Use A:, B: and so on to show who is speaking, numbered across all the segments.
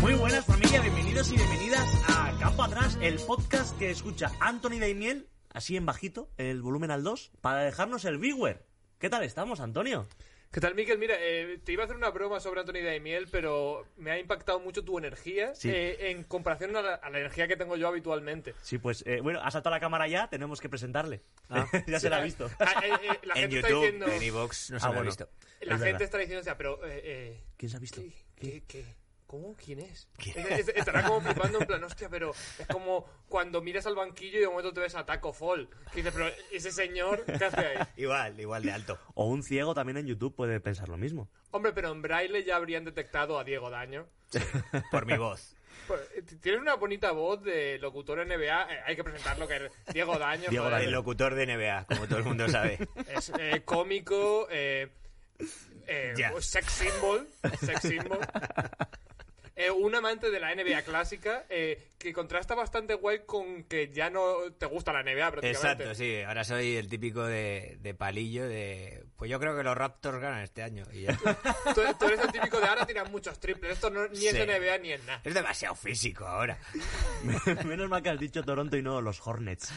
A: Muy buenas familia, bienvenidos y bienvenidas a Campo Atrás, el podcast que escucha Anthony Daimiel, así en bajito, el volumen al 2, para dejarnos el viewer. ¿Qué tal estamos, Antonio?
B: ¿Qué tal, Miquel? Mira, eh, te iba a hacer una broma sobre Anthony Daimiel, pero me ha impactado mucho tu energía
A: Sí.
B: eh, en comparación a la, a la energía que tengo yo habitualmente.
A: Sí, pues, eh, bueno, ha saltado la cámara ya, tenemos que presentarle. ya se la ha visto.
B: Ah, eh, eh, la
C: en
B: gente
C: YouTube,
B: está diciendo,
C: en Evox, no se
A: Ah,
C: me ha
A: bueno.
C: visto.
B: la
A: Es
B: gente
A: verdad.
B: está diciendo, o sea, pero eh, eh,
A: ¿Quién se ha visto?
B: ¿qué, qué, qué? ¿Cómo? ¿Quién es? Es- es- Estará como flipando en plan, hostia, pero es como cuando miras al banquillo y de momento te ves a Taco Fall. Que dices, pero ese señor, ¿qué hace ahí?
C: Igual, igual de alto.
A: O un ciego también en YouTube puede pensar lo mismo.
B: Hombre, pero en braille ya habrían detectado a Diego Daño.
C: Por mi voz.
B: Pues, eh, Tiene una bonita voz de locutor NBA. eh, hay que presentarlo, que es Diego Daño.
A: Diego
B: joder.
C: El locutor de NBA, como todo el mundo sabe.
B: Es eh, cómico, eh, eh,
C: Ya.
B: sex symbol. Sex symbol. Eh, un amante de la NBA clásica eh, que contrasta bastante guay con que ya no te gusta la NBA prácticamente.
C: Exacto, sí. Ahora soy el típico de, de palillo de... Pues yo creo que los Raptors ganan este año. y ya.
B: Tú, tú eres el típico de ahora tiran muchos triples. Esto no, ni es
C: Sí.
B: NBA ni es nada.
C: Es demasiado físico ahora.
A: Menos mal que has dicho Toronto y no los Hornets.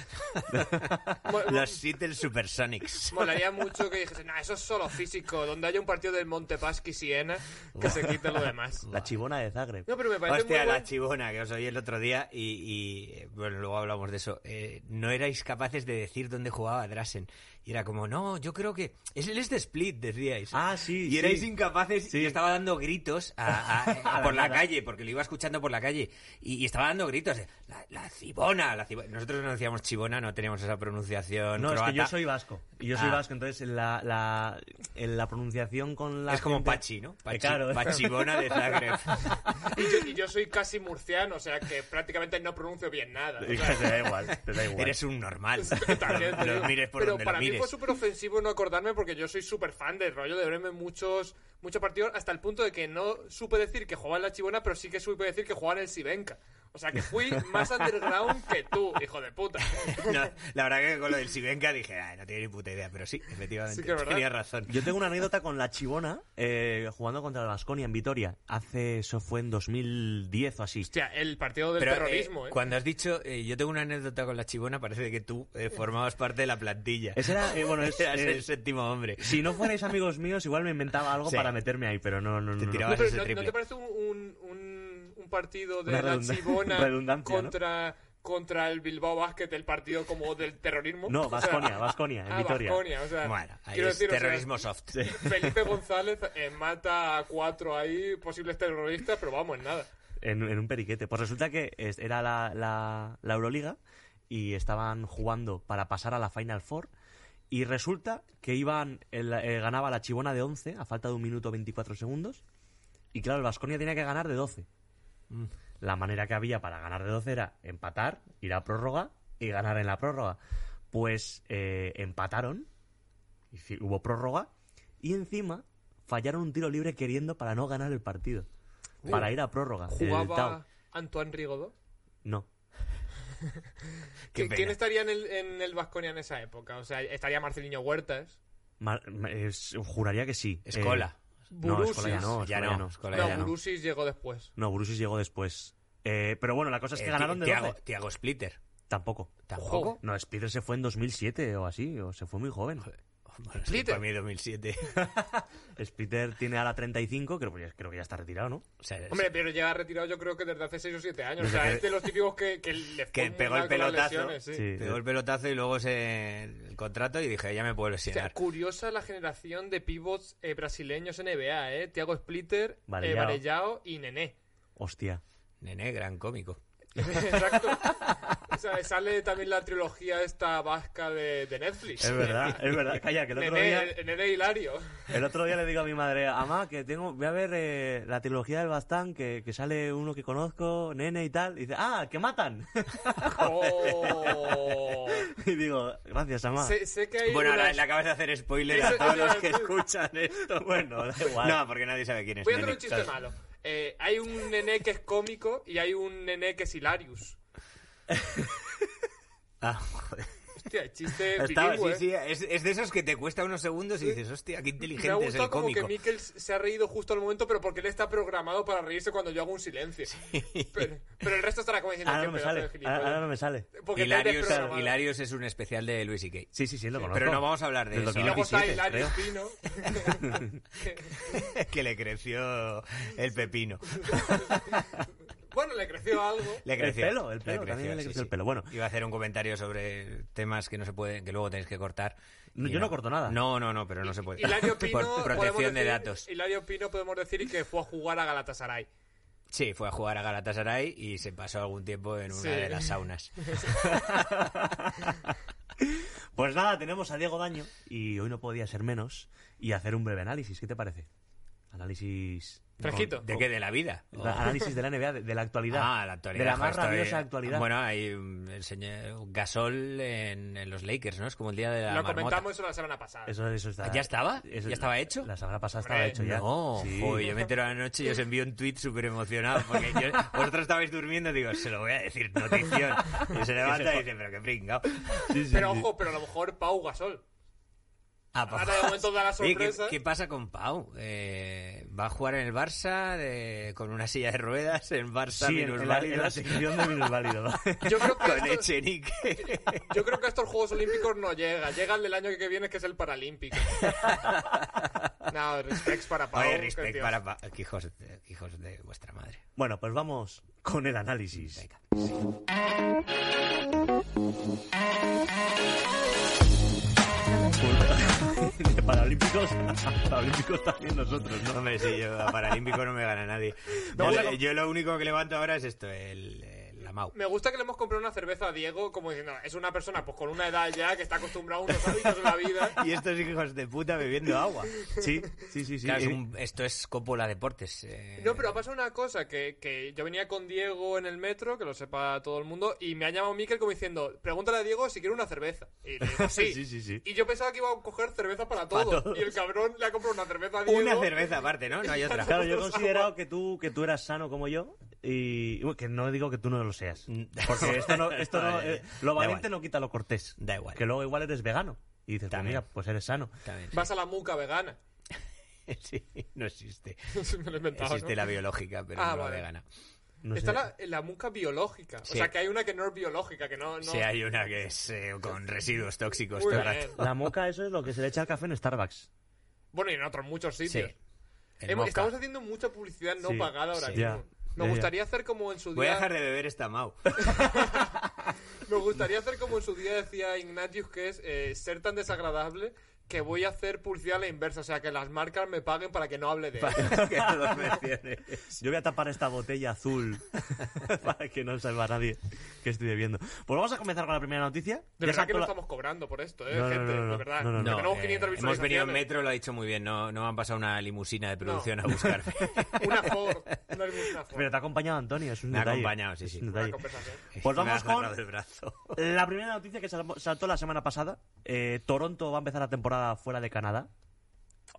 B: Mo-
C: Los Seattle Supersonics.
B: Molaría mucho que dijesen, nah, eso es solo físico. Donde haya un partido del Montepaschi-Siena, que se quite lo demás.
A: La chivona de Zagreb.
B: No, pero me parece
C: Hostia,
B: muy guay.
C: la chivona que os oí el otro día y, y, eh, bueno, luego hablamos de eso. Eh, no erais capaces de decir dónde jugaba Drasen. Y era como, no, yo creo que... Es, él es de Split, decíais.
A: Ah, sí,
C: Y erais
A: sí.
C: incapaces.
A: Sí.
C: Yo estaba dando gritos a- a- a- por la calle, porque lo iba escuchando por la calle. Y, y estaba dando gritos. de, La, la cibona, la cibona. Nosotros no decíamos chibona, no teníamos esa pronunciación
A: No, es que
C: croata.
A: yo soy vasco. Y yo soy
C: Ah.
A: vasco, entonces la, la, en la pronunciación con la.
C: Es como
A: gente- Eh,
C: Pachi, ¿no? Pachi,
A: claro.
C: Pachibona de Zagreb.
B: Y yo, y yo soy casi murciano, o sea que prácticamente no pronuncio bien nada. o
A: Te
B: sea,
A: da igual, te da igual.
C: Eres un normal.
B: también te
C: Lo
B: digo.
C: mires por
B: Pero
C: donde
B: para
C: lo
B: mí
C: mires.
B: fue súper ofensivo no acordarme porque yo soy súper fan del rollo de verme muchos, muchos partidos hasta el punto de que no supe decir que jugaba en la Chibona, pero sí que supe decir que jugaba en el Sibenca. O sea que fui más underground que tú, hijo de puta.
C: No, la verdad que con lo del Sibenka dije, "Ay, no tiene ni puta idea, pero sí, efectivamente,
B: Sí que es verdad.
C: tenía razón.
A: Yo tengo una anécdota con la Chibona eh, jugando contra el Vasconia en Vitoria. Hace, eso fue en 2010 o así.
B: Hostia, el partido del
C: Pero,
B: terrorismo,
C: eh,
B: ¿eh?
C: cuando has dicho, eh, yo tengo una anécdota con la chivona, parece que tú eh, formabas parte de la plantilla.
A: Ese era, eh, bueno, es-
C: Eras
A: eh,
C: el séptimo hombre.
A: si no fuerais amigos míos, igual me inventaba algo
C: Sí.
A: para meterme ahí, pero no, no, no,
C: Te
A: no.
C: tiraba-
B: No, pero
C: ese
B: ¿no- ¿no,
C: triple.
B: te parece un, un- un- un partido de
A: Una
B: la
A: redunda-
B: Chibona
A: redundancia, ¿no?
B: contra, contra el Bilbao Basket, el partido como del terrorismo?
A: No,
B: O sea,
A: Baskonia, Baskonia, en
B: ah,
A: Vitoria.
B: Baskonia, o sea,
C: Bueno, ahí
B: quiero
C: es
B: decir, o sea,
C: terrorismo soft.
B: Felipe González eh, mata a cuatro ahí posibles terroristas, pero vamos, en nada.
A: En, en un periquete. Pues resulta que es- era la, la- la Euroliga y estaban jugando para pasar a la Final Four. Y resulta que iban el- eh, ganaba la Chibona de 11 a falta de un minuto 24 segundos. Y claro, el Vasconia tenía que ganar de 12. La manera que había para ganar de 12 era empatar, ir a prórroga y ganar en la prórroga. Pues eh, empataron, y fi- hubo prórroga, y encima fallaron un tiro libre queriendo para no ganar el partido. Para ir a prórroga. en el Tao.
B: Jugaba Antoine Rigodó.
A: No.
C: Qué
B: ¿Qui-
C: pena.
B: ¿Quién estaría en el, en el Vasconia en esa época? O sea, estaría Marcelinho Huertas.
A: Ma- ma- es- juraría que sí.
C: Escola.
A: Eh, no, Escola ya
B: Burusis.
A: no.
C: Ya
A: Escola
C: no,
A: ya no.
C: Escola
A: Escola
B: No,
A: ya no.
B: Gurusis llegó después.
A: No, Burusis llegó después. Eh, pero bueno, la cosa es que
C: Eh,
A: ganaron de
C: Tiago,
A: 12.
C: Tiago Splitter.
A: Tampoco.
C: ¿Tampoco?
A: No, Spider se fue en 2007 o así, o se fue muy joven.
C: Bueno, sí,
B: Splitter.
C: para mí 2007.
A: Spider tiene ahora 35, creo, pues ya- creo que ya está retirado, ¿no?
C: O sea,
B: Hombre, pero llega retirado yo creo que desde hace 6 o 7 años.
A: Desde
B: o sea,
A: que-
B: es de los típicos que, que le fue
C: Que
B: muy
C: pegó
B: mal
C: el
B: con las
C: pelotazo.
B: lesiones, sí.
A: Sí.
C: pegó el pelotazo y luego se el contrato y dije, ya me puedo
B: O sea,
C: lesionar.
B: curiosa la generación de pivots eh, brasileños en NBA, ¿eh? Tiago Splitter,
A: Varellao.
B: Varellao y Nené.
A: Hostia.
C: Nene, gran cómico.
B: Exacto. O sea, sale también la trilogía esta vasca de, de Netflix.
A: Es verdad, es verdad. Calla, que el otro día,
B: Nene, Nene Hilario.
A: el otro día le digo a mi madre, Amá, que tengo, voy a ver eh, la trilogía del Bastán, que, que sale uno que conozco, nene y tal. Y dice, ah, que matan.
B: Oh.
A: y digo, gracias, Amá.
B: Sé, sé que hay
C: Bueno, ahora
B: unas-
C: le acabas de hacer spoiler
B: Eso-
C: a todos
B: eso
C: los
B: iba a
C: que
B: decir.
C: escuchan esto.
A: Bueno, da igual.
C: No, porque nadie sabe quién es.
B: Voy a hacer
C: Nene.
B: un chiste
C: Claro.
B: malo. Eh, hay un nene que es cómico y hay un nene que es Hilarius.
C: Ah, joder.
B: Hostia, chiste
C: Estaba- sí,
B: bilingüe. ¿eh?
C: sí, es, es de esos que te cuesta unos segundos y dices, hostia, qué
B: Me ha
C: inteligente es
B: gustado
C: el
B: como que
C: cómico.
B: Mikkel se ha reído justo al momento, pero porque él está programado para reírse cuando yo hago un silencio. Pero, pero el resto estará como diciendo
A: Ahora
B: que
A: no me sale, ahora ahora no me sale.
B: Porque te
C: Hilarius,
B: desprogramado.
C: Hilarius es un especial de Luis y Kay.
A: Sí, sí, sí, lo
C: Sí,
A: conozco.
C: pero no vamos a hablar de
A: Del
C: eso.
B: Y luego está
A: 2017,
B: Hilarius
A: creo.
B: Pino.
C: que le creció el pepino.
B: bueno, le creció algo.
C: Le
A: El
C: creció.
A: pelo, el pelo, también le creció el pelo. Bueno.
C: Iba a hacer un comentario sobre temas que no se pueden, que luego tenéis que cortar.
A: No,
C: Y
A: yo no corto nada.
C: No, no, no, pero no se puede.
B: Hilario Pino,
C: Por
B: podemos
C: protección de
B: decir-
C: datos.
B: Hilario Pino podemos decir que fue a jugar a Galatasaray.
C: Sí, fue a jugar a Galatasaray y se pasó algún tiempo en una
B: Sí.
C: de las saunas.
A: Pues nada, tenemos a Diego Daño y hoy no podía ser menos y hacer un breve análisis. ¿Qué te parece? Análisis.
B: Fresquito.
C: ¿De qué? ¿De la vida?
A: con- análisis de la NBA, de, de la actualidad.
C: Oh. Ah, la actualidad.
A: De la
C: joder,
A: más
C: estoy-
A: rabiosa actualidad.
C: Bueno, hay mm, el señor Gasol en, en los Lakers, ¿no? Es como el día de la
B: Lo
C: marmota. ¿Ah,
B: comentamos eso la semana pasada.
A: eso, eso está.
C: ¿Ya estaba?
A: eso-
C: ¿Ya estaba hecho?
A: La semana pasada
B: Hombre,
A: estaba hecho ya.
C: No,
A: Sí.
C: jo, yo me entero anoche y os envío un tuit súper emocionado porque yo- vosotros estabais durmiendo y digo, se lo voy a decir, notición. Y se levanta y dice, pero qué pringao.
A: Sí, sí,
B: Pero
A: sí.
B: ojo, pero a lo mejor Pau Gasol.
C: Ah, pa-
B: Ahora de momento da la
C: Oye, ¿qué-
B: sorpresa.
C: ¿qué, pasa con Pau? Eh, ¿Va a jugar en el Barça de- con una silla de ruedas en Barça
A: Sí, en, en la, en la
C: minusválidos?
A: sección de minusválido.
B: Yo creo que
C: Con
B: esto-
C: Echenique.
B: Yo creo que a estos Juegos Olímpicos no llega. Llega el del año que viene, que es el Paralímpico. no, respects para Pau.
C: Oye,
B: que
C: respect
B: tío.
C: para Pau. Qué hijos de- qué hijos de vuestra madre.
A: bueno, pues vamos con el análisis.
C: Venga.
A: De Paralímpicos, Paralímpicos también nosotros, ¿no?
C: Hombre, sí, yo a Paralímpico no me gana nadie.
B: No,
C: yo,
B: bueno.
C: yo lo único que levanto ahora es esto, el, el- la Mau.
B: Me gusta que le hemos comprado una cerveza a Diego, como diciendo, es una persona pues con una edad ya que está acostumbrada a unos hábitos de la vida.
C: Y estos hijos de puta bebiendo agua.
A: Sí, sí, sí, sí.
C: Claro, es
A: Eh,
C: un- esto es Coppola Deportes. eh.
B: No, pero ha pasado una cosa, que, que yo venía con Diego en el metro, que lo sepa todo el mundo, y me ha llamado Miquel como diciendo, pregúntale a Diego si quiere una cerveza. Y le digo, sí.
A: Sí, sí, sí.
B: Y yo pensaba que iba a coger cerveza para todo.
A: todos.
B: y el cabrón le ha comprado una cerveza a Diego.
C: Una cerveza aparte, ¿no? No hay otra.
A: Claro, yo he considerado que tú, que tú eras sano como yo y bueno, que no digo que tú no lo seas. Porque esto no, esto no,
C: Mm. Vale,
A: eh,
C: ya. Da
A: lo valiente
C: igual.
A: no quita lo cortés.
C: Da igual.
A: Que luego igual eres vegano. Y dices, pues
C: También.
A: mira, pues eres sano.
C: También.
B: Vas a la muca vegana.
C: Sí, no existe.
B: me lo he inventado, ¿no?
C: Existe la biológica, pero
B: Ah,
C: no la
B: vale.
C: vegana.
A: No
B: Está
A: sé.
B: la, la muca biológica. O
C: Sí.
B: sea, que hay una que no es biológica, que no... no...
C: Sí, hay una que es eh, con residuos tóxicos
B: Muy
C: todo el
B: bien.
C: rato.
A: La moca, eso es lo que se le echa al café en Starbucks.
B: Bueno, y en otros muchos
C: Sí.
B: sitios.
C: El
B: Hemos-
C: moca.
B: estamos haciendo mucha publicidad no
A: Sí,
B: pagada ahora
A: sí.
B: mismo.
A: Ya,
B: Me
A: ya,
B: gustaría hacer como en su
C: Voy a
B: día...
C: dejar de beber esta Mau.
B: Me gustaría hacer como en su día decía Ignatius, que es eh, ser tan desagradable que voy a hacer publicidad a la inversa. O sea, que las marcas me paguen para que no hable de ello.
C: que no lo menciones.
A: Yo voy a tapar esta botella azul para que no salva a nadie que estoy bebiendo. Pues vamos a comenzar con la primera noticia.
B: De
A: Ya
B: verdad que
A: saltó
B: no
A: la-
B: estamos cobrando por esto, ¿eh,
A: No, no, no,
B: gente?
A: no,
B: de verdad.
A: no, no, no.
B: Porque tenemos
C: eh,
B: 500
C: hemos
B: visualizaciones.
C: venido en metro, lo ha dicho muy bien. No, no han pasado una limusina de producción a buscarme.
B: Una Ford. Una, una Ford.
A: Pero te ha acompañado Antonio, es un
C: Me ha
A: detalle.
C: acompañado, sí,
A: Es
C: sí.
A: un
B: Una
A: detalle.
B: conversación.
A: Pues
C: Me ha
A: vamos con
C: agarrado el brazo.
A: La primera noticia que sal- saltó la semana pasada, eh, Toronto va a empezar la temporada fuera de Canadá.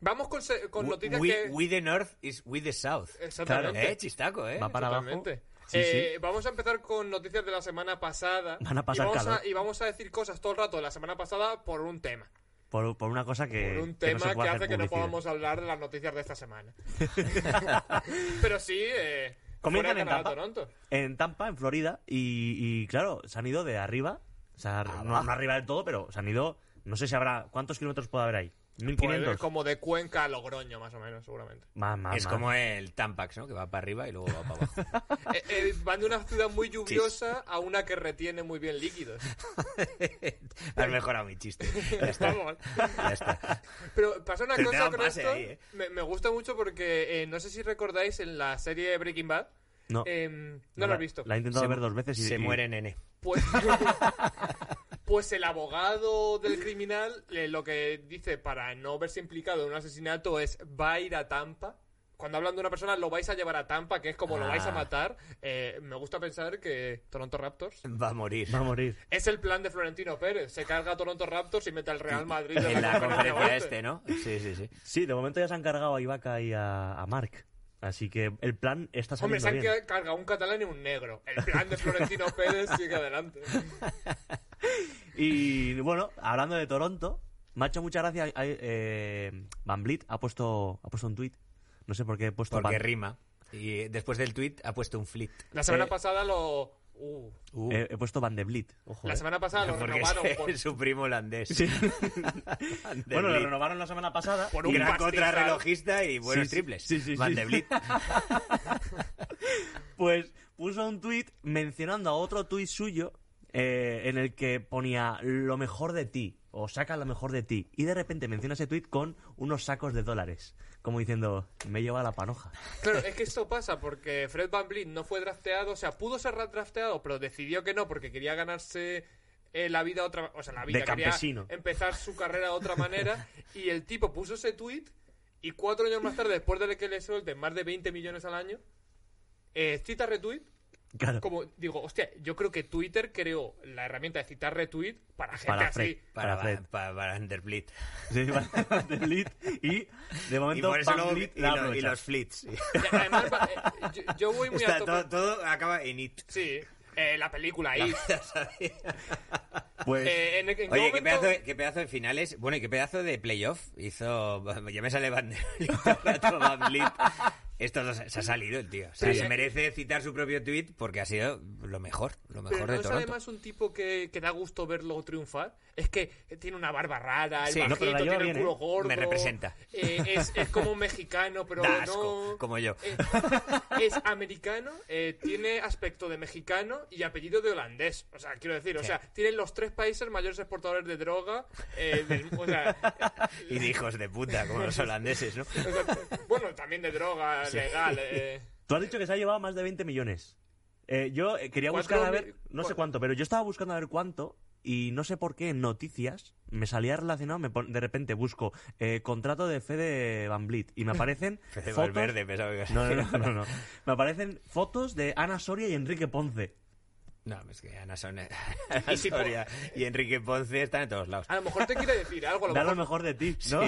B: Vamos con, se- con noticias
C: we,
B: que...
C: we the North is we the South.
B: Exactamente.
A: Claro,
C: Eh, chistaco, eh.
A: Va para abajo.
B: Totalmente.
A: Sí,
B: Eh,
A: sí.
B: Vamos a empezar con noticias de la semana pasada.
A: Van a pasar
B: y vamos
A: calor.
B: A, y vamos a decir cosas todo el rato de la semana pasada por un tema.
A: Por, por una cosa Eh, que.
B: Por un
A: que no
B: tema
A: se
B: que,
A: puede
B: hace
A: hacer
B: que no
A: publicidad.
B: podamos hablar de las noticias de esta semana. Pero sí, eh,
A: Comienzan
B: fuera de
A: en
B: Canadá,
A: Tampa.
B: Toronto.
A: En Tampa, en Florida, y, y, claro, se han ido de arriba. O sea,
B: Ah,
A: no, no arriba del todo, pero se han ido. No sé si habrá. ¿Cuántos kilómetros puede haber ahí?
B: Pues, eh,
A: 1500.
B: como de Cuenca a Logroño, más o menos, seguramente.
A: Más, más,
C: Es
A: más.
C: como el Tampax, ¿no? Que va para arriba y luego va para abajo.
B: Eh, eh, van de una ciudad muy lluviosa a una que retiene muy bien líquidos.
C: Has mejorado mi chiste. Ya está.
B: Vamos.
C: Ya está.
B: Pero pasa una
C: Te
B: cosa
C: daban
B: con
C: pase
B: esto.
C: ahí, ¿eh?
B: me, me gusta mucho porque eh, no sé si recordáis en la serie Breaking Bad
A: No.
B: Em, no, lo
A: la-
B: has visto.
A: La he intentado
C: Se-
A: ver dos veces y
C: Se
A: y-
C: muere nene.
B: Pues, pues el abogado del criminal eh, lo que dice para no verse implicado en un asesinato es va a ir a Tampa. Cuando hablan de una persona, lo vais a llevar a Tampa, que es como lo vais a
C: Ah.
B: matar. Eh, me gusta pensar que Toronto Raptors
C: Va a morir.
A: Va a morir.
B: es el plan de Florentino Pérez. Se carga a Toronto Raptors y mete al Real Madrid en
C: En la conferencia
B: oeste.
C: este, ¿no? Sí, sí, sí.
A: Sí, de momento ya se han cargado a Ibaka y a, a Mark. Así que el plan está
B: Hombre,
A: saliendo
B: se han
A: bien.
B: ca- cargado un catalán y un negro. El plan de Florentino Pérez sigue adelante.
A: Y bueno, hablando de Toronto, me ha hecho mucha gracia. hay- eh, Van Vliet ha puesto, ha puesto un tuit. No sé por qué he puesto
C: Porque
A: Van-
C: rima. Y eh, después del tweet ha puesto un flit.
B: La semana
A: Eh,
B: pasada lo... uh,
C: Uh,
A: eh, he puesto Van de Vliet. Ojo,
B: la
A: eh.
B: semana pasada lo
C: porque
B: renovaron
C: es,
B: por,
C: su primo holandés. Van de
A: Bueno, lo
C: Vliet.
A: renovaron la semana pasada.
B: por un
C: Gran
B: pastizal.
C: contrarrelojista y buenos
A: Sí, sí,
C: triples.
A: sí, sí,
C: Van
A: sí.
C: de Vliet.
A: Pues puso un tuit mencionando a otro tuit suyo eh, en el que ponía lo mejor de ti o saca lo mejor de ti. Y de repente menciona ese tuit con unos sacos de dólares. Como diciendo, me lleva la panoja.
B: Claro, es que esto pasa porque Fred Van no fue drafteado, o sea, pudo ser drafteado, pero decidió que no porque quería ganarse eh, la vida otra, o sea, la vida
A: De
B: quería
A: campesino.
B: empezar su carrera de otra manera y el tipo puso ese tweet y cuatro años más tarde, después de que le suelten más de 20 millones al año, eh, cita retweet,
A: Claro.
B: como digo, hostia, yo creo que Twitter creó la herramienta de citar retweet para gente
A: Para
B: así.
A: Fred.
C: Para,
A: Para Fred.
C: Van- para Van der Vliet.
A: Sí, Van Van de Vliet. Y de
C: Y
A: momento
C: por eso
A: Van
C: luego-
A: Vliet
C: y,
A: la
C: lo- y
A: aprovecha.
C: los flits.
B: Y Además, va- eh, yo, yo voy muy
C: Está
B: a tope.
C: todo, todo acaba en it.
B: Sí, eh, la película ahí.
A: Pues,
B: Eh, en- en qué
C: Oye, qué
B: momento-
C: pedazo, de- qué pedazo de finales. Bueno, y qué pedazo de playoff hizo. Ya me sale Van der Vliet, otro Van Vliet. Esto lo- se ha salido el tío. O sea,
B: Sí.
C: se merece citar su propio tweet porque ha sido lo mejor, lo
B: Pero
C: mejor
B: no
C: de
B: es
C: Toronto.
B: además un tipo que, que da gusto verlo triunfar. Es que tiene una barba rara, el
C: Sí,
A: no, pero la
B: bajito,
A: lleva
B: tiene el
A: bien,
B: culo
A: ¿eh?
B: gordo.
C: Me representa.
B: Eh, es, es como un mexicano, pero
C: Da asco,
B: no.
C: como yo.
B: Eh, es americano, eh, tiene aspecto de mexicano y apellido de holandés. O sea, quiero decir, o
C: Sí.
B: sea, tienen los tres países mayores exportadores de droga. eh, del- o sea,
C: Y de hijos de puta, como los holandeses, ¿no?
B: o sea, bueno, también de droga legal. eh.
A: tú has dicho que se ha llevado más de 20 millones. Eh, yo eh, quería
B: Cuatro
A: buscar a
B: mi-
A: ver, no sé
B: cua-
A: cuánto, pero yo estaba buscando a ver cuánto y no sé por qué en noticias me salía relacionado, me pon- de repente busco eh, contrato de Fede Van Vliet y me aparecen
C: Fede
A: fotos...
C: Valverde, pensaba que-
A: No, no, no, no, no. Me aparecen fotos de Ana Soria y Enrique Ponce.
C: No, es que Ana Son-
B: Y si po- Ah,
C: Soria y Enrique Ponce están en todos lados.
B: A lo mejor te quiere decir algo. A lo
A: Da lo mejor
B: mejor
A: de ti, ¿no?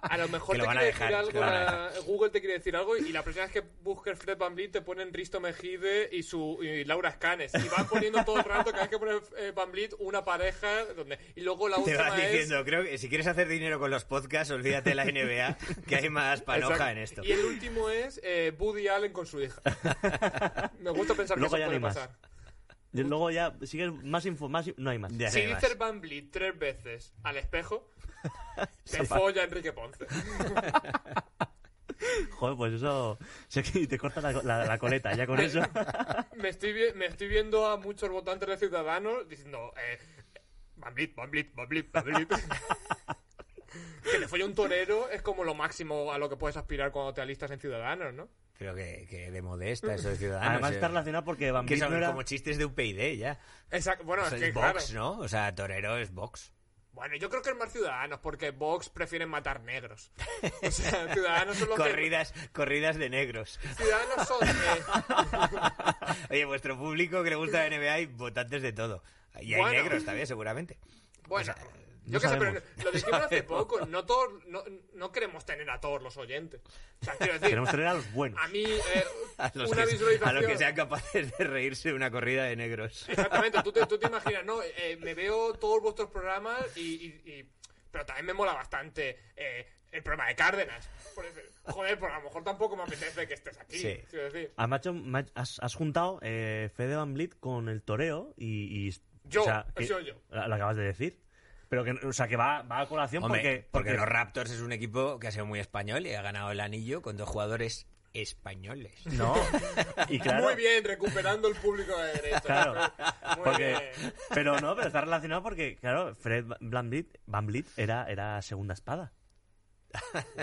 B: A lo mejor
C: Que lo
B: te
C: van
B: quiere
C: a dejar,
B: decir
C: es que
B: algo,
C: lo van a
B: la- Google te quiere decir algo y la próxima vez que busques Fred Van te ponen Risto Mejide y su y Laura Scanes. Y van poniendo todo el rato, cada vez que ponen eh, Van Vliet, una pareja. donde Y luego la
C: Te
B: última
C: vas
B: es...
C: diciendo, creo que si quieres hacer dinero con los podcasts, olvídate de la NBA, que hay más panoja
B: Exacto.
C: en esto.
B: Y el último es eh, Woody Allen con su hija. Me gusta pensar que
A: Luego
B: eso
A: ya no
B: puede
A: hay más.
B: pasar.
A: Y luego ya sigues más info, más in- no hay más.
C: Ya no
B: Si
C: hay más.
B: dices Van Vliet tres veces al espejo, te folla Enrique Ponce.
A: Joder, pues eso sé que te corta la, la- la coleta ya con
C: Ah,
A: eso.
B: me estoy, vi- me estoy viendo a muchos votantes de Ciudadanos diciendo, eh, Van Blit, Van Blit, Van Blit, Van Blit. que le folle un torero es como lo máximo a lo que puedes aspirar cuando te alistas en Ciudadanos, ¿no?
C: Pero que, que de modesta eso de ciudadanos.
A: Además
C: eh.
A: está relacionado porque Van
C: que
A: Vliet
C: son
A: no era-
C: como chistes de UPyD ya.
B: Exacto, bueno,
C: O
B: es
C: sea,
B: que
C: es
B: Ah, claro.
C: Vox, ¿no? O sea, Torero es Vox.
B: Bueno, yo creo que es más Ciudadanos, porque Vox prefieren matar negros. O sea, Ciudadanos son los
C: Corridas, corridas de negros.
B: que... Ciudadanos son... eh,
C: Oye, vuestro público que le gusta la NBA hay votantes de todo. Y hay
B: Bueno.
C: negros también, seguramente.
B: bueno,
A: no
B: yo qué sé, pero
A: sabemos.
B: lo dijimos hace
C: sabemos.
B: poco, no, todos, no, no queremos tener a todos los oyentes. O sea, quiero decir,
A: Queremos tener a los buenos.
B: a mí eh,
C: A los,
B: una
C: que, a
B: visualización...
C: los que sean capaces de reírse de una corrida de negros.
B: Exactamente, tú te, tú te imaginas, ¿no? Eh, me veo todos vuestros programas y, y- y- Pero también me mola bastante eh, el programa de Cárdenas. Por decir, joder, pues a lo mejor tampoco me apetece que estés aquí.
C: Sí.
B: quiero decir.
A: Ah, macho, ma- has, has juntado eh, Fede Van Vliet con el toreo y. y-
B: Yo,
A: o sea,
B: he
A: que-
B: sido yo.
A: la- Lo acabas de decir. Pero que, o sea, que va, va a colación
C: Hombre,
A: porque,
C: porque los Raptors es un equipo que ha sido muy español y ha ganado el anillo con dos jugadores españoles.
A: No. Y claro.
B: Muy bien, recuperando el público de derecho.
A: Claro.
B: Muy
A: Porque,
B: bien.
A: pero no, pero está relacionado porque, claro, Fred Van Vliet, Van Vliet era, era segunda espada.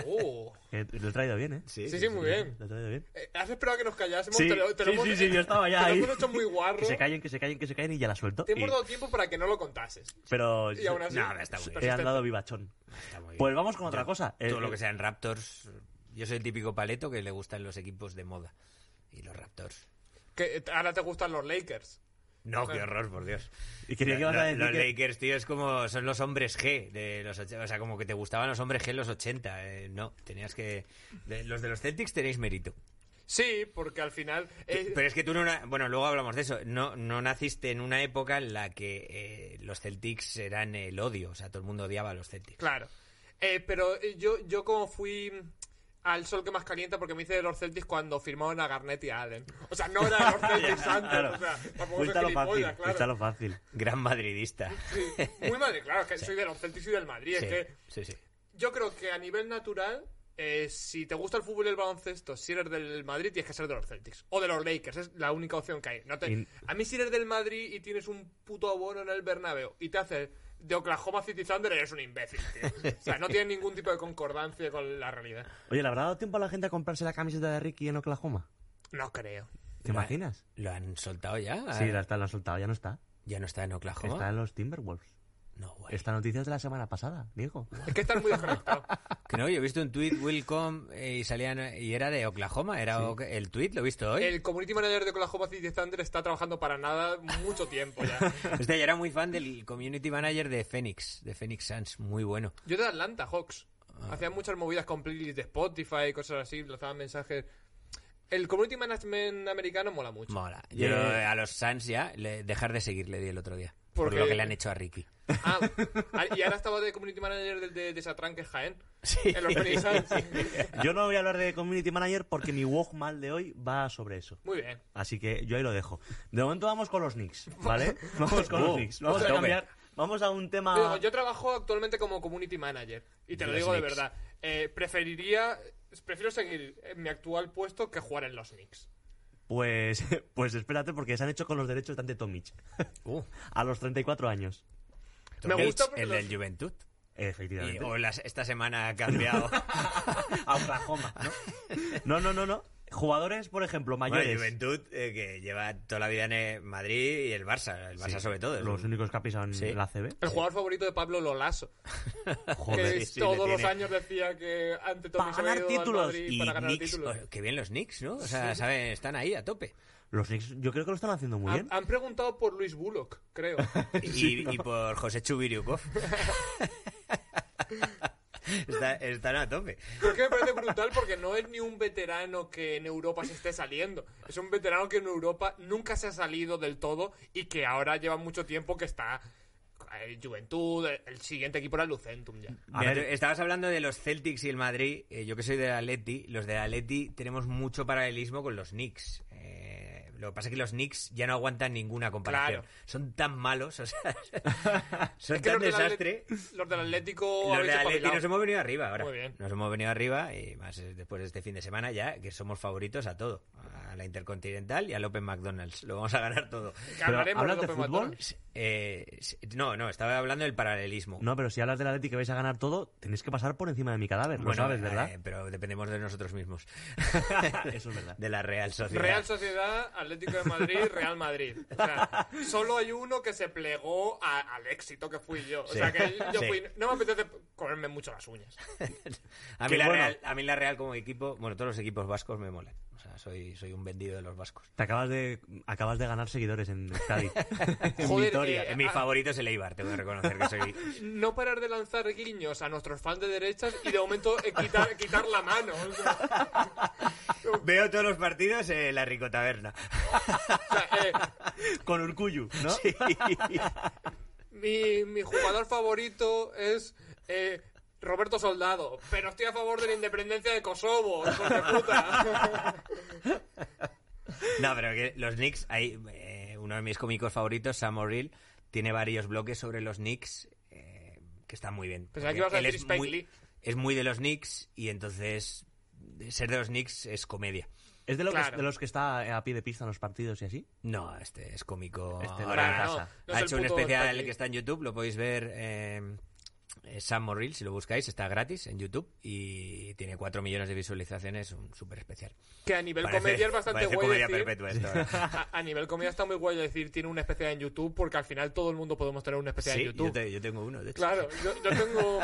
B: Oh.
A: Eh, Lo he traído bien, ¿eh?
B: Sí, sí, muy bien.
A: Lo he traído bien.
B: Eh, ¿Has esperado que nos callásemos?
A: Sí,
B: te lo, te lo
A: sí,
B: hemos,
A: sí, sí, yo estaba ya
B: te lo
A: ahí.
B: hemos hecho muy guarro.
A: Que se callen, que se callen, que se callen y ya la suelto.
B: Te hemos
A: Y-
B: dado tiempo para que no lo contases.
A: pero
B: Y aún así, pues
C: No, pero está muy bien.
A: he
B: persistente.
A: andado vivachón.
C: Está muy bien.
A: Pues vamos con otra
C: Yo-
A: cosa.
C: Todo
A: Eh,
C: lo
A: eh,
C: que sean Raptors. Yo soy el típico paleto que le gustan los equipos de moda. Y los Raptors.
B: Que eh, ahora te gustan los Lakers.
C: No, qué horror, por Dios.
A: Y quería que
C: Lo-
A: ibas a
C: lo-
A: decir
C: los
A: que-
C: Lakers, tío, es como son los hombres G de los och- o sea, como que te gustaban los hombres G en los 80, eh, no, tenías que de- los de los Celtics tenéis mérito.
B: Sí, porque al final. eh,
C: Pero es que tú no na- bueno, luego hablamos de eso, no no naciste en una época en la que eh, los Celtics eran el odio, o sea, todo el mundo odiaba a los Celtics.
B: Claro. Eh, pero eh, yo, yo como fui al sol que más calienta porque me hice de los Celtics cuando firmaron a Garnett y a Allen. O sea, no era de los Celtics antes.
A: Claro.
B: O sea, tampoco soy
A: Fuiste a lo fácil.
B: gilipollas,
A: fuiste a
B: claro.
A: lo fácil.
C: Gran madridista.
B: Sí, Muy Madrid, claro, es que soy de los Celtics y del Madrid.
C: Sí,
B: Es que
C: sí, sí.
B: yo creo que a nivel natural, eh, si te gusta el fútbol y el baloncesto, si eres del Madrid, tienes que ser de los Celtics. O de los Lakers, es la única opción que hay. No te-
A: Y-
B: A mí si eres del Madrid y tienes un puto abono en el Bernabéu y te haces de Oklahoma City Thunder, eres un imbécil, tío. O sea, no tiene ningún tipo de concordancia con la realidad.
A: Oye, ¿le habrá dado tiempo a la gente a comprarse la camiseta de Ricky en Oklahoma?
B: No creo.
A: ¿Te
C: Lo ha-
A: imaginas?
C: ¿Lo han soltado ya?
A: Sí, la, la han soltado, ya no está.
C: Ya no está en Oklahoma.
A: Está en los Timberwolves.
C: No, guay.
A: Esta noticia es de la semana pasada, Diego.
B: Es que estás muy desconectado.
C: Que no, yo he visto un tweet Willcom eh, y salían eh, y era de Oklahoma, era o- el tweet, lo he visto hoy.
B: El community manager de Oklahoma City Thunder está trabajando para nada mucho tiempo ya.
C: Hostia, yo era muy fan del community manager de Phoenix, de Phoenix Suns, muy bueno.
B: Yo de Atlanta, Hawks.
C: Ah.
B: Hacían muchas movidas con playlists de Spotify y cosas así, lanzaban mensajes. El community management americano mola mucho.
C: Mola. Yo
A: Eh.
C: a los Suns ya le- dejar de seguir le di el otro día.
B: ¿Por
C: Por,
B: qué?
C: lo que le han hecho a Ricky.
B: Ah, y ahora estaba de community manager de, de, de Satran, que es Jaén.
C: Sí.
B: En los Phoenix Suns.
A: Yo no voy a hablar de community manager porque mi walk mal de hoy va sobre eso.
B: Muy bien.
A: Así que yo ahí lo dejo. De momento vamos con los Knicks, ¿vale? Vamos con los
C: Oh,
A: Knicks. Vamos a
C: tope.
A: cambiar. Vamos a un
C: Ah.
B: Te digo,
A: tema.
B: yo trabajo actualmente como community manager. Y te lo
C: Los
B: digo de
C: Knicks.
B: verdad. Eh, preferiría. Prefiero seguir en mi actual puesto que jugar en los Knicks.
A: Pues, pues espérate porque se han hecho con los derechos de ante Tomic.
C: Uh,
A: A los 34 años.
B: Me
C: Tomic,
B: gusta porque
C: el
B: los-
C: del Juventud. Y-
A: Efectivamente.
C: o las- esta semana ha cambiado.
A: A Oklahoma, ¿no? No, no, no, no. Jugadores, por ejemplo,
C: Bueno,
A: mayores.
C: Juventud eh, que lleva toda la vida en eh, Madrid y el Barça, el Barça
A: Sí,
C: sobre todo. es
A: Los
C: un-
A: únicos que ha pisado en
C: Sí.
A: la CB.
B: El jugador favorito de Pablo Lolaso.
A: Joder.
B: que
C: sí,
B: todos
C: le
B: los
C: tiene.
B: años decía que ante todo
A: Para ganar títulos
C: Y
B: para ganar ¿eh?
C: Knicks,
B: títulos.
C: oh, qué bien los Knicks, ¿no? O sea, saben, están ahí a tope.
A: Los Knicks yo creo que lo están haciendo muy
B: Han,
A: bien.
B: han preguntado por Luis Bullock, creo.
C: Y, y por José Chubiriukov. Está- están a tope.
B: Pero es que me parece brutal porque no es ni un veterano que en Europa se esté saliendo. Es un veterano que en Europa nunca se ha salido del todo y que ahora lleva mucho tiempo que está eh, Juventud, eh, el siguiente equipo era Lucentum ya.
A: A
C: Mira,
A: ver.
C: tú estabas hablando de los Celtics y el Madrid. eh, yo que soy de Atleti, los de Atleti tenemos mucho paralelismo con los Knicks. Eh, lo que pasa es que los Knicks ya no aguantan ninguna comparación.
B: Claro.
C: Son tan malos, o sea, son
B: Es que
C: tan
B: los del
C: desastre.
B: Atlet- los del Atlético
C: Los
B: habéis
C: de Atleti
B: espabilado.
C: nos hemos venido arriba ahora.
B: Muy bien.
C: Nos hemos venido arriba y más eh, después de este fin de semana ya que somos favoritos a todo. A la Intercontinental y al Open McDonald's. Lo vamos a ganar todo.
A: Pero,
B: Ganaremos
A: ¿hablas
B: el
A: de
B: Open
A: fútbol?
B: McDonald's.
C: Eh, s- no, no, estaba hablando del paralelismo.
A: No, pero si hablas del Atleti que vais a ganar todo, tenéis que pasar por encima de mi cadáver. lo
C: Bueno,
A: sabes, ¿verdad?
C: eh, pero dependemos de nosotros mismos.
A: Eso es verdad.
C: De la Real Sociedad.
B: Real Sociedad, Atlético de Madrid, Real Madrid. O sea, solo hay uno que se plegó a- al éxito que fui yo. O
C: Sí.
B: sea, que yo
C: Sí.
B: fui. No me apetece comerme mucho las uñas.
C: a,
A: que
C: mí la
A: bueno.
C: Real a mí la Real como equipo, bueno, todos los equipos vascos me molan. O sea, soy, soy un vendido de los vascos.
A: Te acabas de, acabas de ganar seguidores en Cádiz. en
B: Joder,
A: Vitoria.
B: eh,
C: Mi
B: ah.
C: favorito es el Eibar, tengo que reconocer que soy...
B: No parar de lanzar guiños a nuestros fans de derechas y de momento eh, quitar, quitar la mano. O sea,
C: Veo todos los partidos en la Rico Taberna.
B: o sea, eh,
A: Con Urcuyu, ¿no?
B: mi, mi jugador favorito es. eh, Roberto Soldado, pero estoy a favor de la independencia de Kosovo, hijos de puta.
C: No, pero que los Knicks, hay, eh, uno de mis cómicos favoritos, Sam O'Neill, tiene varios bloques sobre los Knicks eh, que están muy bien.
B: Pensaba que ibas
C: Porque
B: a
C: él
B: decir
C: es
B: Spike
C: muy-
B: Lee.
C: Es muy de los Knicks y entonces ser de los Knicks es comedia.
A: Es de, lo que-
B: Claro.
A: de los que está eh, a pie de pista en los partidos y así.
C: No, este es cómico.
A: Este no
C: Ahora
A: era
B: Claro,
A: casa.
B: no, no es
C: ha
B: el
C: hecho un
B: puto Spike
C: especial
B: Lee.
C: que está en YouTube, lo podéis ver. eh, eh, Sam Morril, si lo buscáis, está gratis en YouTube y tiene 4 millones de visualizaciones, un súper especial.
B: Que a nivel
C: Parece-
B: comedia es bastante
C: parece
B: guay
C: comedia
B: decir-
C: perpetua esto. ¿eh?
B: A, a nivel comedia está muy guay decir tiene una especial en YouTube porque al final todo el mundo podemos tener una especial
C: Sí,
B: en YouTube.
C: Yo, te- yo tengo uno, de hecho.
B: Claro, yo, yo tengo,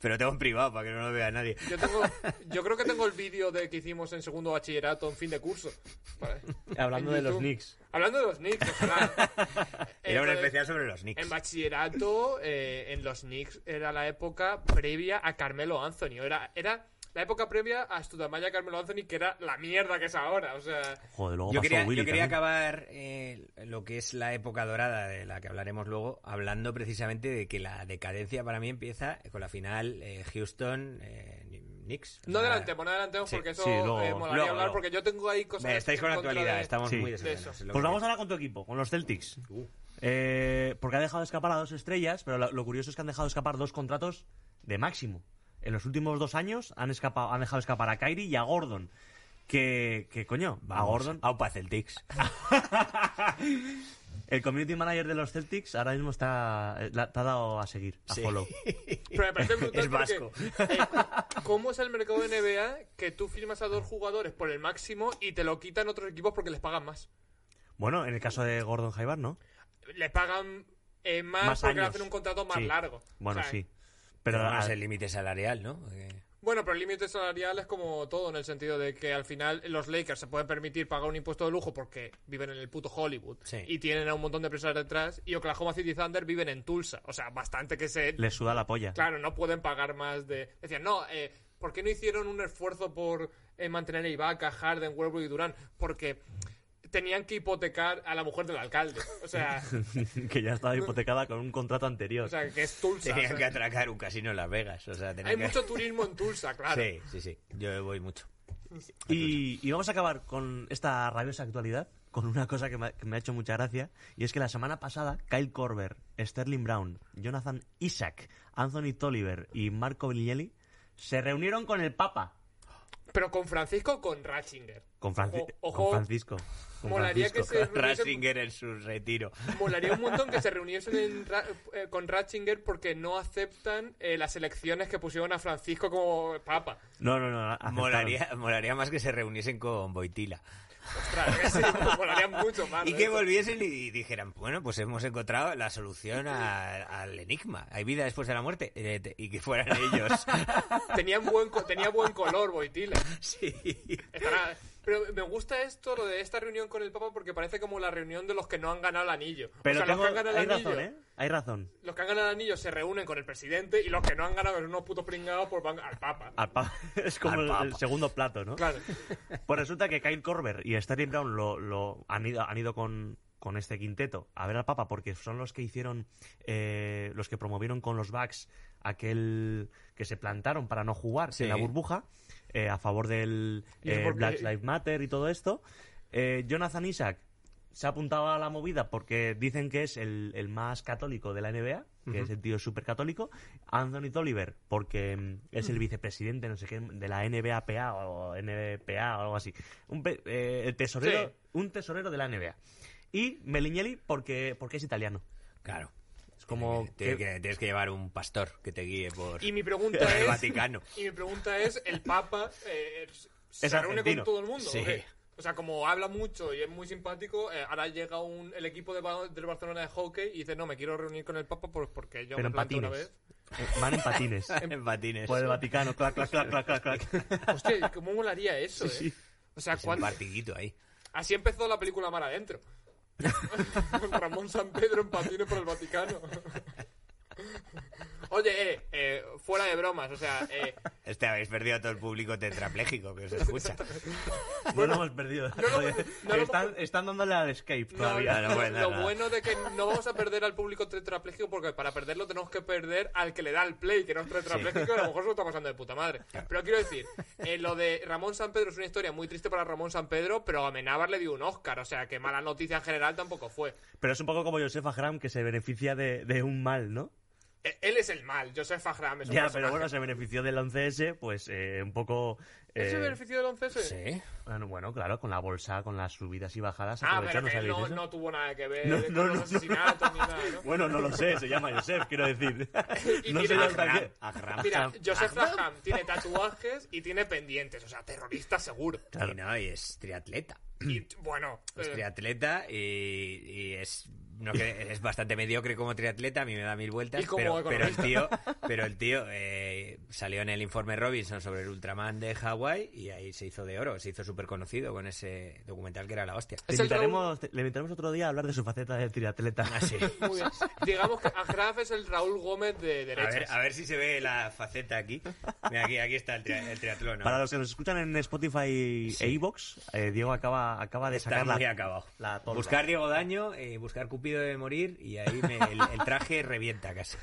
C: Pero tengo en privado para que no lo vea nadie.
B: yo tengo, yo creo que tengo el vídeo de que hicimos en segundo bachillerato en fin de curso. Vale.
A: Hablando
B: En
A: de los
B: YouTube.
A: Knicks.
B: Hablando de los Knicks, ojalá.
C: Era un
B: Entonces,
C: especial sobre los Knicks.
B: En bachillerato, eh, en los Knicks, era la época previa a Carmelo Anthony. Era, era la época previa a Studamaya Carmelo Anthony, que era la mierda que es ahora. O sea,
A: Joder, luego
C: Yo
A: pasó
C: quería, yo
A: Willy
C: quería
A: también.
C: acabar eh, lo que es la época dorada de la que hablaremos luego, hablando precisamente de que la decadencia para mí empieza con la final eh, Houston eh, Knicks.
B: no
C: O sea,
B: adelantemos, no adelantemos
C: sí,
B: porque eso
A: sí, luego,
B: eh, molaría
C: luego,
B: hablar,
C: luego.
B: porque yo tengo ahí cosas.
C: Ve, estáis con la
B: en contra
C: actualidad,
B: de-
C: estamos
A: Sí.
C: muy
A: de
C: desordenados.
A: Pues vamos ahora con tu equipo, con los Celtics. Eh, porque ha dejado escapar a dos estrellas, pero lo, lo curioso es que han dejado escapar dos contratos de máximo. En los últimos dos años han, escapado, han dejado escapar a Kyrie y a Gordon. Que, que coño, a Gordon.
C: Aupa Celtics.
A: El community manager de los Celtics ahora mismo está, eh, la- te ha dado a seguir, a
C: Sí.
A: follow.
B: Pero me parece brutal
C: Es vasco.
B: porque, eh, ¿Cómo es el mercado de NBA que tú firmas a dos jugadores por el máximo y te lo quitan otros equipos porque les pagan más?
A: Bueno, en el caso de Gordon Jaibar, ¿no?
B: Les pagan eh, más,
A: Más
B: porque le
A: años.
B: hacen un contrato más
A: Sí.
B: largo.
A: Bueno,
B: O sea,
A: sí. Pero
C: Pero no
A: a-
C: es el límite salarial, ¿no? Porque-
B: Bueno, pero el límite salarial es como todo, en el sentido de que al final los Lakers se pueden permitir pagar un impuesto de lujo porque viven en el puto Hollywood
C: Sí.
B: y tienen a un montón de empresas detrás y Oklahoma City Thunder viven en Tulsa. O sea, bastante que se...
A: le suda la polla.
B: Claro, no pueden pagar más de... Decían, no, eh, ¿por qué no hicieron un esfuerzo por eh, mantener a Ibaka, Harden, Westbrook y Durant? Porque tenían que hipotecar a la mujer del alcalde. O sea,
A: que ya estaba hipotecada con un contrato anterior.
B: o sea que es Tulsa.
C: Tenían
B: o
C: que
B: sea,
C: atracar un casino en Las Vegas. O sea, tenían
B: hay
C: que-
B: mucho turismo en Tulsa, claro.
C: Sí, sí, sí. Yo voy mucho.
A: Y, y vamos a acabar con esta rabiosa actualidad con una cosa que me, ha- que me ha hecho mucha gracia y es que la semana pasada Kyle Korver, Sterling Brown, Jonathan Isaac, Anthony Tolliver y Marco Vignelli se reunieron con el Papa,
B: Pero con Francisco o con Ratzinger.
A: con, Franci-
B: Ojo, ojo.
A: con Francisco. con
B: Molaría que
A: Francisco.
B: se reuniesen-
C: Ratzinger en su retiro.
B: Molaría un montón que se reuniesen en Ra- eh, con Ratzinger porque no aceptan eh, las elecciones que pusieron a Francisco como papa.
A: No, no, no. aceptaron.
C: Molaría, molaría más que se reuniesen con Boitila.
B: Ostras, sí, molaría mucho más.
C: Y
B: ¿eh?
C: que volviesen y dijeran, bueno, pues hemos encontrado la solución a- al enigma. Hay vida después de la muerte. Eh, te- Y que fueran ellos.
B: Tenían buen co- tenía buen color Boitila.
C: Sí.
B: Estará- Pero me gusta esto, lo de esta reunión con el papa, porque parece como la reunión de los que no han ganado el anillo.
A: Pero
B: o sea, los
A: tengo-
B: que han ganado
A: hay
B: el anillo...
A: razón, ¿eh? Hay razón.
B: Los que han ganado el anillo se reúnen con el presidente y los que no han ganado son unos putos pringados por van al papa.
A: Al pa- es como
C: Al
A: el, el
C: Papa.
A: segundo plato, ¿no?
B: Claro.
A: Pues resulta que Kyle Korver y Sterling Brown lo, lo han ido, han ido con, con este quinteto a ver al Papa porque son los que hicieron, eh, los que promovieron con los Bucks aquel que se plantaron para no jugar
C: Sí.
A: en la burbuja eh, a favor del
B: ¿Y eso
A: eh,
B: por qué?
A: Black Lives Matter y todo esto. Eh, Jonathan Isaac se ha apuntado a la movida porque dicen que es el, el más católico de la NBA, que es el tío súper católico. Anthony Tolliver, porque mm, es el vicepresidente, no sé qué, de la NBAPA o NBPA o algo así. Un pe- eh, el tesorero,
B: Sí.
A: un tesorero de la NBA. Y Melignelli porque, porque es italiano.
C: Claro.
A: Es como
C: Tienes
A: que-
C: que, tienes que llevar un pastor que te guíe por,
B: Y mi pregunta
C: por el
B: es...
C: Vaticano.
B: Y mi pregunta es, ¿el Papa eh, se
A: Es
B: reúne
A: argentino.
B: con todo el mundo?
C: Sí.
B: o qué? O sea, como habla mucho y es muy simpático, eh, ahora llega un, el equipo de, Ba- del Barcelona de hockey y dice, no, me quiero reunir con el Papa por- porque yo
A: pero
B: me
A: en
B: planté una
A: patines.
B: vez.
A: Eh, Van en patines.
C: En patines.
A: Por el Vaticano, clac, clac, clac, clac, clac, clac.
B: Hostia, ¿cómo molaría eso, eh?
A: Sí, sí.
B: O sea,
C: Es un
B: ¿cuánto-
C: partidito ahí.
B: así empezó la película Mar Adentro. Con Ramón San Pedro en patines por el Vaticano. Oye, eh, eh, fuera de bromas, o sea, eh,
C: Este habéis perdido a todo el público tetrapléjico que os escucha.
A: No lo hemos perdido.
B: no lo-
A: Joder,
B: no lo-
A: están, están dándole al escape todavía.
C: no puede
B: lo
C: ser nada.
B: bueno de que no vamos a perder al público tetrapléjico porque para perderlo tenemos que perder al que le da el play, que no es tetrapléjico y a lo mejor se lo está pasando de puta madre. Pero quiero decir, eh, lo de Ramón San Pedro es una historia muy triste para Ramón San Pedro, pero a Menábar le dio un Oscar, o sea que mala noticia en general tampoco fue.
A: Pero es un poco como Josefa Graham que se beneficia de, de un mal, ¿no?
B: e- él es el mal, Joseph Fajram es un
A: Ya, pero
B: personaje.
A: bueno, se benefició del 11S, pues eh, un poco...
B: ¿Ese
A: eh,
B: beneficio del 11
C: Sí.
A: ah, no, Bueno, claro, con la bolsa, con las subidas y bajadas.
B: Ah,
A: aprovechó,
B: pero
A: ¿no
B: que él
A: sabéis
B: no,
A: eso?
B: no tuvo nada que ver
A: No,
B: con
A: no,
B: los
A: no, no.
B: asesinatos ni nada, ¿no?
A: Bueno, no lo sé, se llama Joseph, quiero decir.
B: Y
A: no sé
B: mira,
A: hasta qué-
C: Ajram.
B: Mira, Joseph
C: Ajram.
B: Raham tiene tatuajes y tiene pendientes, o sea, terrorista seguro.
C: Y no, y es triatleta.
B: Y bueno,
C: Es
B: eh,
C: triatleta y, y es, no que- es bastante mediocre como triatleta, a mí me da mil vueltas.
B: Y como
C: pero, pero el
B: economista.
C: tío, pero el tío eh, salió en el informe Robinson sobre el Ultraman de Hawái y ahí se hizo de oro, se hizo súper conocido con ese documental que era la hostia.
A: Te
B: Es el
A: invitaremos, te- le invitaremos otro día a hablar de su faceta de triatleta.
B: Ah,
C: Así.
B: muy bien. digamos que Agraf es el Raúl Gómez de
C: A
B: derechas.
C: ver, a ver si se ve la faceta aquí. Mira, aquí, aquí está el, tria- el triatlón. ¿no?
A: Para los que nos escuchan en Spotify e iVoox, eh, Diego acaba, acaba de
C: Está
A: sacar
C: muy
A: la,
C: acabado.
A: la torta.
C: buscar Diego Daño, eh, buscar Cupido de morir y ahí me- el, el traje revienta casi.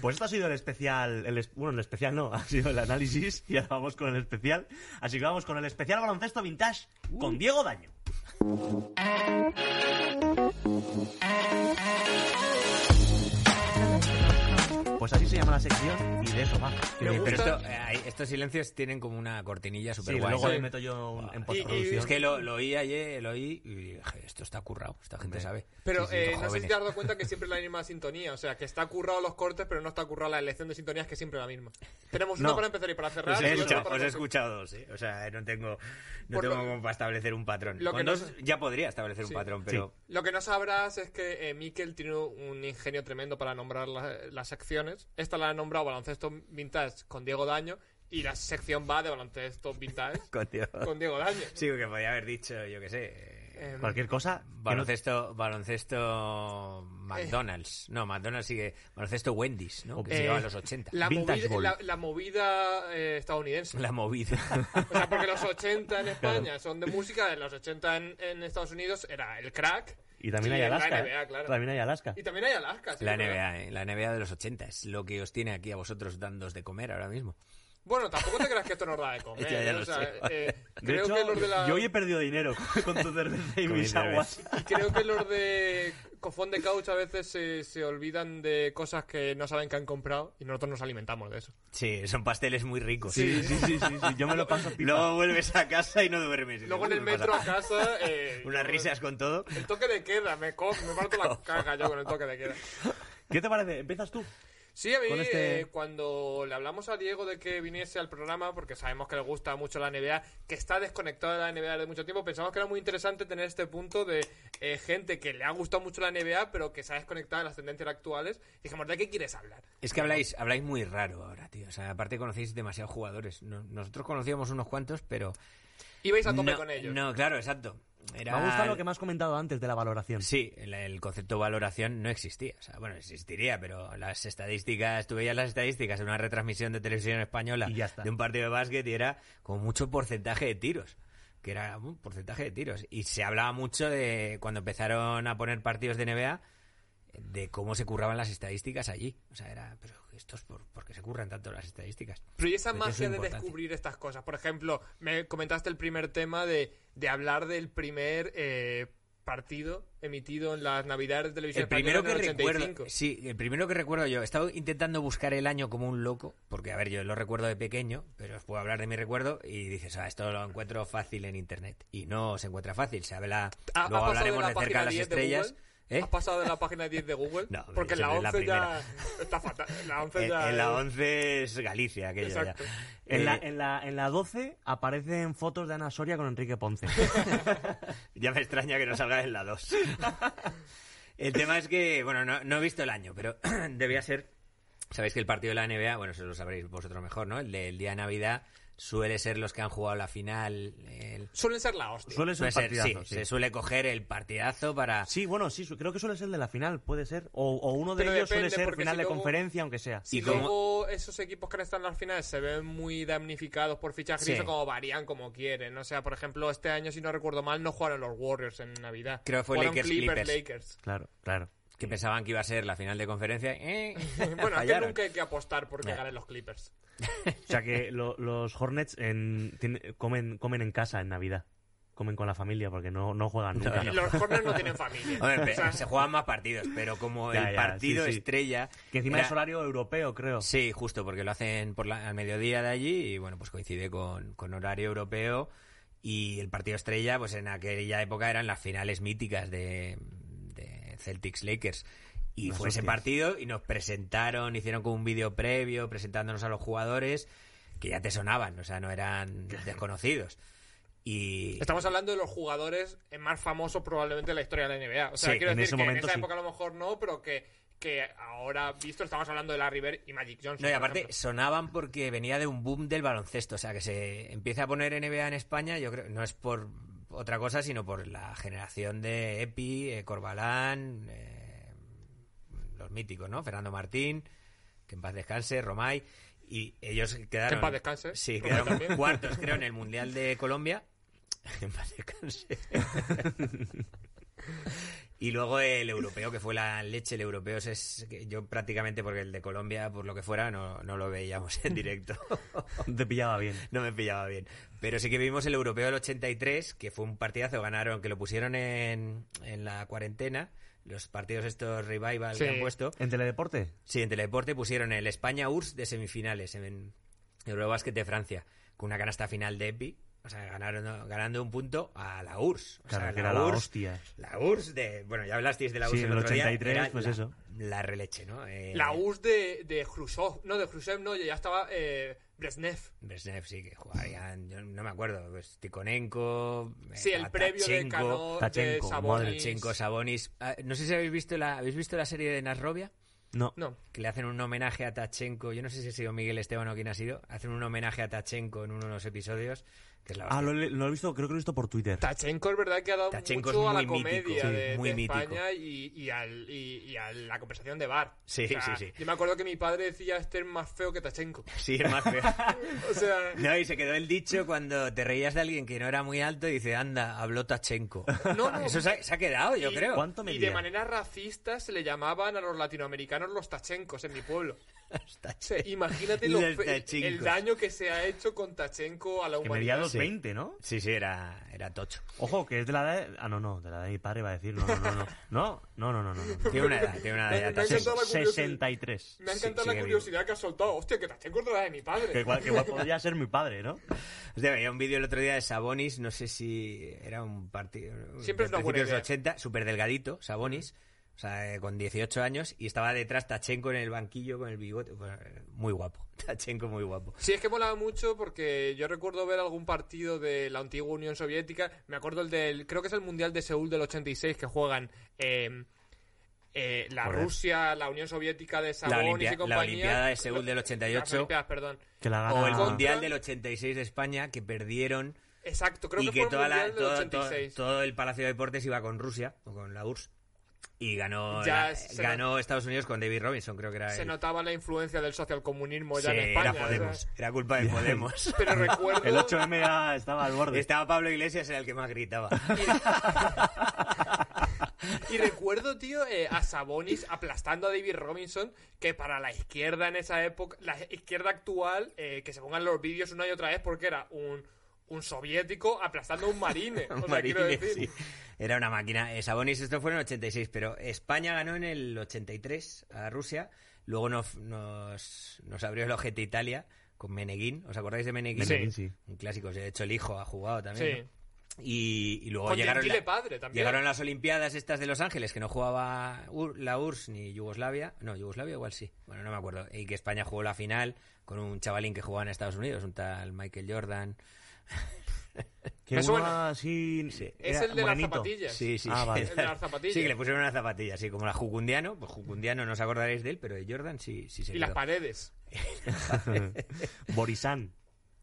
A: Pues esto ha sido el especial, el es- bueno, el especial no, ha sido el análisis y ahora vamos con el especial. Así que vamos con el especial baloncesto vintage con Diego Daño. Pues así se llama la sección y de eso va.
B: Me
C: Eh, Pero
B: gusta-
C: esto, eh, ahí- estos silencios tienen como una cortinilla
A: Sí,
C: súper guay.
A: luego le
B: Sí.
A: meto yo un- en
B: Y- y-
A: postproducción.
C: Es que lo, lo oí ayer, lo oí y dije, esto está currado, esta gente sabe.
B: Pero
C: Sí, sí,
B: eh,
C: estos
B: no sé si
C: jóvenes.
B: te has dado cuenta que siempre es la misma sintonía. O sea, que está currado los cortes, pero no está currado la elección de sintonías, que es siempre la misma. Tenemos
A: No.
B: una para empezar y para cerrar.
C: Os
B: y
C: Pues he,
B: otra
C: escuchado,
B: para
C: os he
B: concluir.
C: escuchado dos, ¿eh? O sea, no tengo, no
B: Por lo-
C: tengo como para establecer un patrón.
B: lo
C: Con
B: que no
C: dos
B: sé-
C: ya podría establecer
B: Sí.
C: un patrón, pero...
B: Lo que no sabrás es que eh, Mikel tiene un ingenio tremendo para nombrar la- las secciones. Esta la ha nombrado Baloncesto Vintage con Diego Daño y la sección va de Baloncesto Vintage
C: Coño.
B: con Diego Daño.
C: Sí, que podía haber dicho, yo qué sé... eh,
B: Em,
A: Cualquier cosa, que no-
C: Baloncesto, baloncesto McDonald's. No, McDonald's sigue. Baloncesto Wendy's, ¿no? Que
B: eh,
C: se lleva a los 80.
B: La
A: Vintage
B: movida,
A: Ball.
B: la- la movida, eh, estadounidense.
C: La movida.
B: O sea, porque los 80 en España son de música, los 80 en, en Estados Unidos era el crack.
A: Y también hay
B: la
A: Alaska.
B: NBA,
A: ¿eh?
B: claro.
A: También hay Alaska.
B: Y también hay Alaska. sí,
C: la
B: es verdad.
C: NBA, ¿eh? La NBA de los 80 es lo que os tiene aquí a vosotros dándos de comer ahora mismo.
B: Bueno, tampoco te creas que esto nos da de comer.
C: Ya, ya
B: ¿eh?
C: lo
B: O sea,
C: sé.
B: eh,
A: De
B: creo
A: hecho,
B: que los de la...
A: yo hoy he perdido dinero con tu cerveza y
C: Con
A: mis
C: mi
A: aguas.
B: Y creo que los de cofón de couch a veces se, se olvidan de cosas que no saben que han comprado y nosotros nos alimentamos de eso.
C: Sí, son pasteles muy ricos.
A: Sí, sí, sí, sí, sí, yo me lo paso pipa.
C: Luego vuelves a casa y no duermes.
B: Luego en el
C: Me pasa
B: metro a casa... eh,
C: Unas
B: yo-
C: risas con todo.
B: El toque de queda, me, co- me parto la caga yo con el toque de queda.
A: ¿Qué te parece? ¿Empiezas tú?
B: Sí, a mí
A: Con este-
B: eh, cuando le hablamos a Diego de que viniese al programa, porque sabemos que le gusta mucho la NBA, que está desconectado de la NBA desde mucho tiempo, pensamos que era muy interesante tener este punto de eh, gente que le ha gustado mucho la NBA, pero que se ha desconectado de las tendencias actuales. Dijimos, ¿de qué quieres hablar?
C: Es que habláis, habláis muy raro ahora, tío. O sea, aparte conocéis demasiados jugadores. No- Nosotros conocíamos unos cuantos, pero.
B: Ibais a tope
C: no,
B: con ellos.
C: no, claro, exacto.
A: Me
C: Era
A: ha gustado lo que me has comentado antes de la valoración.
C: Sí, el, el concepto valoración no existía. O sea, bueno, existiría, pero las estadísticas, tú veías las estadísticas en una retransmisión de televisión española
A: Y ya está.
C: de un partido de básquet y era como mucho porcentaje de tiros. Que era un porcentaje de tiros. Y se hablaba mucho de cuando empezaron a poner partidos de NBA de cómo se curraban las estadísticas allí. O sea, era, pero estos, ¿por, por qué se curran tanto las estadísticas?
B: Pero y esa
C: Porque eso
B: magia
C: es
B: de
C: importante.
B: descubrir estas cosas. Por ejemplo, me comentaste el primer tema de, de hablar del primer eh, partido emitido en las navidades de televisión
C: El primero que
B: española en el 85.
C: recuerdo, sí, el primero que recuerdo yo, he estado intentando buscar el año como un loco, porque a ver, yo lo recuerdo de pequeño, pero os puedo hablar de mi recuerdo y dices, ah, esto lo encuentro fácil en internet y no se encuentra fácil, se habla,
B: Ah, ¿Ha- has
C: luego
B: pasado
C: hablaremos
B: la
C: de cerca
B: página
C: de las
B: 10 de Google?
C: estrellas, ¿eh?
B: ¿Has pasado de la página 10 de Google?
C: No, hombre,
B: Porque en la
C: siempre es la
B: 11 ya está fatal. En la 11
C: En,
B: ya...
C: en la
B: es-
C: 11 es Galicia, aquello ya.
B: Exacto.
A: En,
C: Eh,
A: la, en, la, en la 12 aparecen fotos de Ana Soria con Enrique Ponce.
C: Ya me extraña que no salga en la 2. el tema es que, bueno, no, no he visto el año, pero debía ser. Sabéis que el partido de la NBA, bueno, eso lo sabréis vosotros mejor, ¿no? El del día de Navidad suele ser los que han jugado la final. el-
B: Suelen ser la hostia.
A: Suele ser
C: Suele
A: un
C: ser, sí,
A: partidazo, sí.
C: se suele coger el partidazo para.
A: Sí, bueno, sí, su- creo que suele ser de la final, puede ser. O, o uno de
B: Pero
A: ellos suele
B: depende,
A: ser
B: porque
A: final
B: si
A: de
B: luego-
A: conferencia, aunque sea.
B: Si
C: ¿Y cómo-
B: luego esos equipos que están en las finales se ven muy damnificados por fichajes,
C: Sí.
B: eso como varían como quieren. O sea, por ejemplo, este año, si no recuerdo mal, no jugaron los Warriors en Navidad.
C: Creo que fue
B: Jugaron
C: Lakers,
B: Clippers,
A: Claro, claro.
C: Que pensaban que iba a ser la final de conferencia. eh,
B: Lakers. bueno, es que
C: fallaron.
B: nunca hay que apostar porque
C: Ya.
B: ganen los Clippers.
A: O sea que lo- los Hornets en- tiene- comen, comen en casa en Navidad. comen con la familia porque no, no juegan nunca.
B: Y los corners no tienen familia.
C: A ver,
B: O
C: pe-
B: sea,
C: se juegan más partidos, pero como
A: Ya,
C: el
A: ya,
C: partido
A: sí, sí.
C: estrella.
A: Que encima
C: era-
A: es horario europeo, creo.
C: Sí, justo, porque lo hacen por la- al mediodía de allí y bueno, pues coincide con, con horario europeo. Y el partido estrella, pues en aquella época eran las finales míticas de, de Celtics Lakers. Y
A: Las
C: fue ese
A: hostias.
C: partido y nos presentaron, hicieron como un vídeo previo presentándonos a los jugadores que ya te sonaban, o sea, no eran desconocidos. Y
B: Estamos hablando de los jugadores eh, más famosos probablemente de la historia de la NBA. O sea,
A: Sí,
B: quiero
A: en
B: decir
A: ese
B: que
A: momento
B: en esa
A: sí.
B: época a lo mejor no, pero que, que ahora visto estamos hablando de Larry Bird y Magic Johnson.
C: No, y
B: por
C: aparte
B: ejemplo.
C: sonaban porque venía de un boom del baloncesto. O sea, que se empieza a poner NBA en España, yo creo, no es por otra cosa, sino por la generación de Epi, eh, Corbalán, eh, los míticos, ¿no? Fernando Martín, que en paz descanse, Romay. Y ellos quedaron.
B: Que en paz descanse,
C: Sí,
B: Romay
C: quedaron
B: también.
C: cuartos, creo, en el Mundial de Colombia. En paz descanse. Y luego el europeo, que fue la leche, el europeo es que yo prácticamente porque el de Colombia, por lo que fuera, no, no lo veíamos en directo.
A: Te pillaba bien.
C: no me pillaba bien. Pero sí que vimos el europeo del 83, que fue un partidazo, ganaron, que lo pusieron en, en la cuarentena, los partidos estos revival
B: Sí.
C: que han puesto.
A: ¿En Teledeporte?
C: Sí, en Teledeporte pusieron el España-URSS de semifinales en Eurobásquet de Francia, con una canasta final de Epi. O sea, ganaron, ganando un punto a la URSS. O sea,
A: Claro, que
C: la
A: era la
C: URSS
A: hostia.
C: la URSS de. Bueno, ya hablasteis de la
A: Sí,
C: URSS
A: en
C: el
A: el
C: otro día,
A: 83,
C: era
A: pues
C: la,
A: eso.
C: La releche, ¿no? Eh,
B: La US de, de Khrushchev. No, de Khrushchev no, ya estaba eh, Brezhnev.
C: Brezhnev sí que jugarían. Yo no me acuerdo. Pues, Tikonenko. eh,
B: Sí, el previo de
C: Patachenko,
B: Cano de
A: Tachenko,
B: Sabonis.
C: Patachenko, Sabonis. Ah, no sé si habéis visto la, ¿habéis visto la serie de Nasrovia.
A: No.
B: No.
C: que le hacen un homenaje a Tachenko. Yo no sé si ha sido Miguel Esteban o quién ha sido. Hacen un homenaje a Tachenko en uno de los episodios. Que es la
A: Ah,
C: hostia.
A: lo, he- lo he visto, creo que lo he visto por Twitter.
B: Tachenko es verdad que ha dado
C: Tachenko
B: mucho
C: es
B: a la
C: muy mítico,
B: comedia
C: sí,
B: de,
C: muy
B: de
C: mítico.
B: España y, y al- y- y a la conversación de bar.
C: Sí,
B: O sea,
C: sí, sí.
B: Yo me acuerdo que mi padre decía este es más feo que Tachenko.
C: Sí, es más feo.
B: O sea,
C: No, y se quedó el dicho cuando te reías de alguien que no era muy alto y dice, anda, habló Tachenko.
B: No, no.
C: Eso se ha, se ha quedado, yo
B: Y-
C: creo.
A: ¿Cuánto me
B: y de manera racista se le llamaban a los latinoamericanos los tachencos en mi pueblo.
C: Tachenko.
B: Imagínate lo
C: Los
B: fe-
C: tachencos.
B: el daño que se ha hecho con Tachenko a la
A: Que
B: humanidad.
A: medía
C: Sí.
A: 220, ¿no?
C: Sí, sí, era, era tocho.
A: Ojo, que es de la edad... de- Ah, no, no, de la edad de mi padre iba a decir. No, no, no, no. No, no, no, no. no, no.
C: Tiene una edad, tiene una edad. ya,
B: Me ha
C: Tachenko.
B: encantado la curiosidad.
A: 63.
B: Me ha encantado
C: Sí, sigue
B: la
C: vivo.
B: curiosidad que has soltado. Hostia, que Tachenko es de la de mi padre.
A: Que igual, que igual podría ser mi padre, ¿no?
C: O sea, veía un vídeo el otro día de Sabonis, no sé si era un partido.
B: Siempre es
C: de
B: una buena
C: principios de
B: idea.
C: 80, súper delgadito, Sabonis, o sea, eh, con 18 años, y estaba detrás Tachenko en el banquillo con el bigote. bueno, eh, Muy guapo, Tachenko muy guapo.
B: Sí, es que molaba mucho porque yo recuerdo ver algún partido de la antigua Unión Soviética. Me acuerdo el del. Creo que es el Mundial de Seúl del 86 que juegan. eh, eh, la
A: Joder.
B: Rusia, la Unión Soviética de
C: La,
B: Sabonis
C: Olimpia-
B: y
C: la
B: compañía.
C: Olimpiada de Seúl del
B: Las
C: 88
B: Olimpiadas, perdón.
A: Que la gana...
C: o el
B: Contra-
C: Mundial del 86 de España, que perdieron
B: Exacto, creo
C: y
B: que,
C: que,
B: fue el
C: toda la-
B: Mundial del
C: todo, todo-
B: 86.
C: todo el Palacio de Deportes iba con Rusia, o con la URSS. Y ganó,
B: Ya
C: la-
B: se
C: ganó Estados Unidos con David Robinson, creo que era
B: se
C: el-
B: notaba la influencia del socialcomunismo ya
C: Sí,
B: en España.
C: era
B: o sea,
C: Podemos, era culpa de Podemos.
B: Pero recuerdo.
A: El 8M ya estaba al borde.
C: Estaba Pablo Iglesias, era el que más gritaba.
B: Y recuerdo, tío, eh, a Sabonis aplastando a David Robinson, que para la izquierda en esa época, la izquierda actual, eh, que se pongan los vídeos una y otra vez porque era un, un soviético aplastando a un marine. o sea, quiero
C: Marine,
B: decir.
C: sí. Era una máquina. Eh, Sabonis, esto fue en el 86, pero España ganó en el 83 a Rusia. Luego nos, nos, nos abrió el ojete Italia con Meneguín. ¿Os acordáis de Meneguín?
A: Meneguín, Sí. sí.
C: Un clásico. De hecho, el hijo ha jugado también.
B: Sí.
C: ¿no? Y, y luego
B: Con
C: llegaron,
B: Gentile padre también.
C: llegaron las Olimpiadas estas de Los Ángeles, que no jugaba Ur- la URSS ni Yugoslavia. No, Yugoslavia igual sí. Bueno, no me acuerdo. Y que España jugó la final con un chavalín que jugaba en Estados Unidos, un tal Michael Jordan.
A: Que
B: Me
A: uno
B: suena.
A: así...
C: Sí.
B: Es
A: era
B: el de
A: morenito.
B: las zapatillas.
C: Sí, sí.
A: Ah, vale.
B: El de las zapatillas.
C: Sí, que le pusieron una zapatilla, así como la Jucundiano. Pues Jucundiano no os acordaréis de él, pero de Jordan sí, sí se
B: Y las
C: quedó.
B: paredes.
A: Borisán.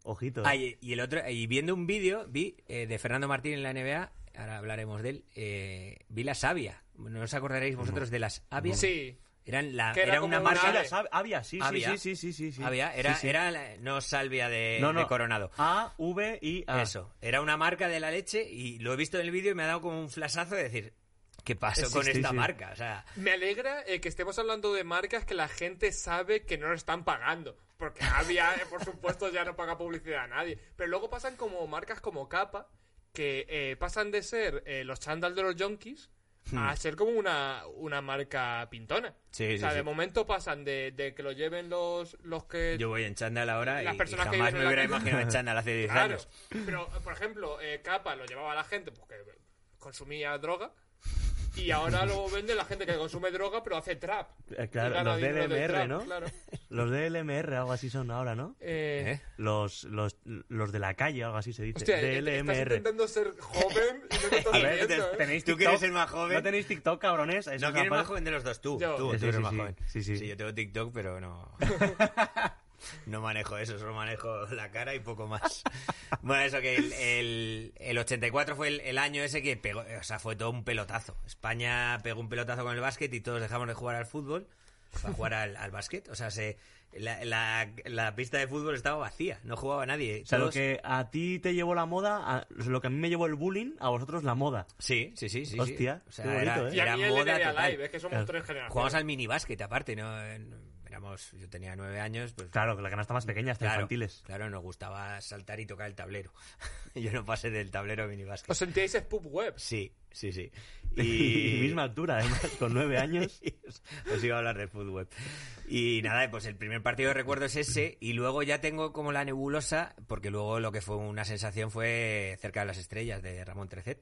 A: Ojito. eh.
C: Ah, y, y el otro, y viendo un vídeo, vi eh, de Fernando Martín en la NBA, ahora hablaremos de él, eh, vi la savia. ¿No os acordaréis vosotros de las avias?
B: Sí.
C: Eran la,
B: Que era
C: era
B: como
C: una
B: un
C: marca...
B: ave.
A: Había, sab- había, sí, sí,
C: Había.
A: sí, sí, sí, sí, sí.
C: Avia, era,
A: Sí, sí.
C: era la- no salvia de,
A: No, Ah. no.
C: de Coronado.
A: A, V y A.
C: Eso, era una marca de la leche y lo he visto en el vídeo y me ha dado como un flasazo de decir, ¿qué pasó con
A: Sí,
C: esta
A: sí.
C: marca? O sea,
B: Me alegra eh, que estemos hablando de marcas que la gente sabe que no nos están pagando. eh, Porque había, por supuesto, ya no paga publicidad a nadie. Pero luego pasan como marcas como Capa, que eh, pasan de ser eh, los chándal de los Junkies a ser como una, una marca pintona.
C: Hmm. Sí,
B: o sea,
C: sí,
B: de
C: sí.
B: momento pasan de, de que lo lleven los, los que...
C: Yo voy en chándal ahora y,
B: Las
C: y
B: personas que
C: jamás
B: viven en la
C: me hubiera
B: calle.
C: imaginado en chándal hace 10
B: Claro.
C: años.
B: Pero, por ejemplo, eh, Capa lo llevaba a la gente porque consumía droga. Y ahora lo vende la gente que consume droga, pero hace trap.
A: Eh,
B: Y
A: claro,
B: gana
A: los
B: dinero del
A: DLMR,
B: trap,
A: ¿no?
B: claro.
A: Los DLMR, algo así son ahora, ¿no?
B: Eh,
C: ¿Eh?
A: Los, los, los de la calle, algo así se dice.
B: Hostia, eh, estás
A: DLMR.
B: intentando ser joven y no te estás
C: A
B: viendo,
C: ver, te-
B: ¿eh?
C: tenéis- ¿Tú
A: TikTok?
C: quieres ser más joven?
A: No tenéis TikTok, cabrones. Eso
C: No,
A: es
C: ¿quién es
A: capaz-
C: más joven de los dos? Tú.
B: Yo.
C: Tú, tú
A: Sí, sí,
C: eres
A: sí,
C: más
A: sí.
C: joven.
A: Sí, sí.
C: yo tengo TikTok, pero no. no manejo eso, solo manejo la cara y poco más. bueno, eso que el, el- el 84 fue el, el año ese que pegó. O sea, fue todo un pelotazo. España pegó un pelotazo con el básquet y todos dejamos de jugar al fútbol para jugar al, al básquet. O sea, se. La, la- la pista de fútbol estaba vacía, no jugaba nadie.
A: O sea, lo
C: Todos-
A: que a ti te llevó la moda, a- lo que a mí me llevó el bullying, a vosotros la moda.
C: Sí, sí, sí, sí. sí.
A: Hostia,
C: O sea,
A: qué
C: era-
A: bonito, ¿eh?
B: Y a
C: era
B: mí el
C: moda
B: NBA
C: total.
B: Live, ¿eh? es que somos
A: Claro.
B: tres generaciones.
C: Jugamos al mini básquet aparte, ¿no? En- Éramos, yo tenía nueve años, pues
A: Claro, que la canasta más pequeña, hasta
C: claro,
A: infantiles.
C: claro, nos gustaba saltar y tocar el tablero. yo no pasé del tablero a mini básquet.
B: ¿Os sentíais Spub Web?
C: sí, sí, sí.
A: Y... misma altura, además, con nueve años.
C: Os iba a hablar de Food Web. Y nada, pues el primer partido que recuerdo es ese. Y luego ya tengo como la nebulosa, porque luego lo que fue una sensación fue cerca de las estrellas de Ramón Trecet.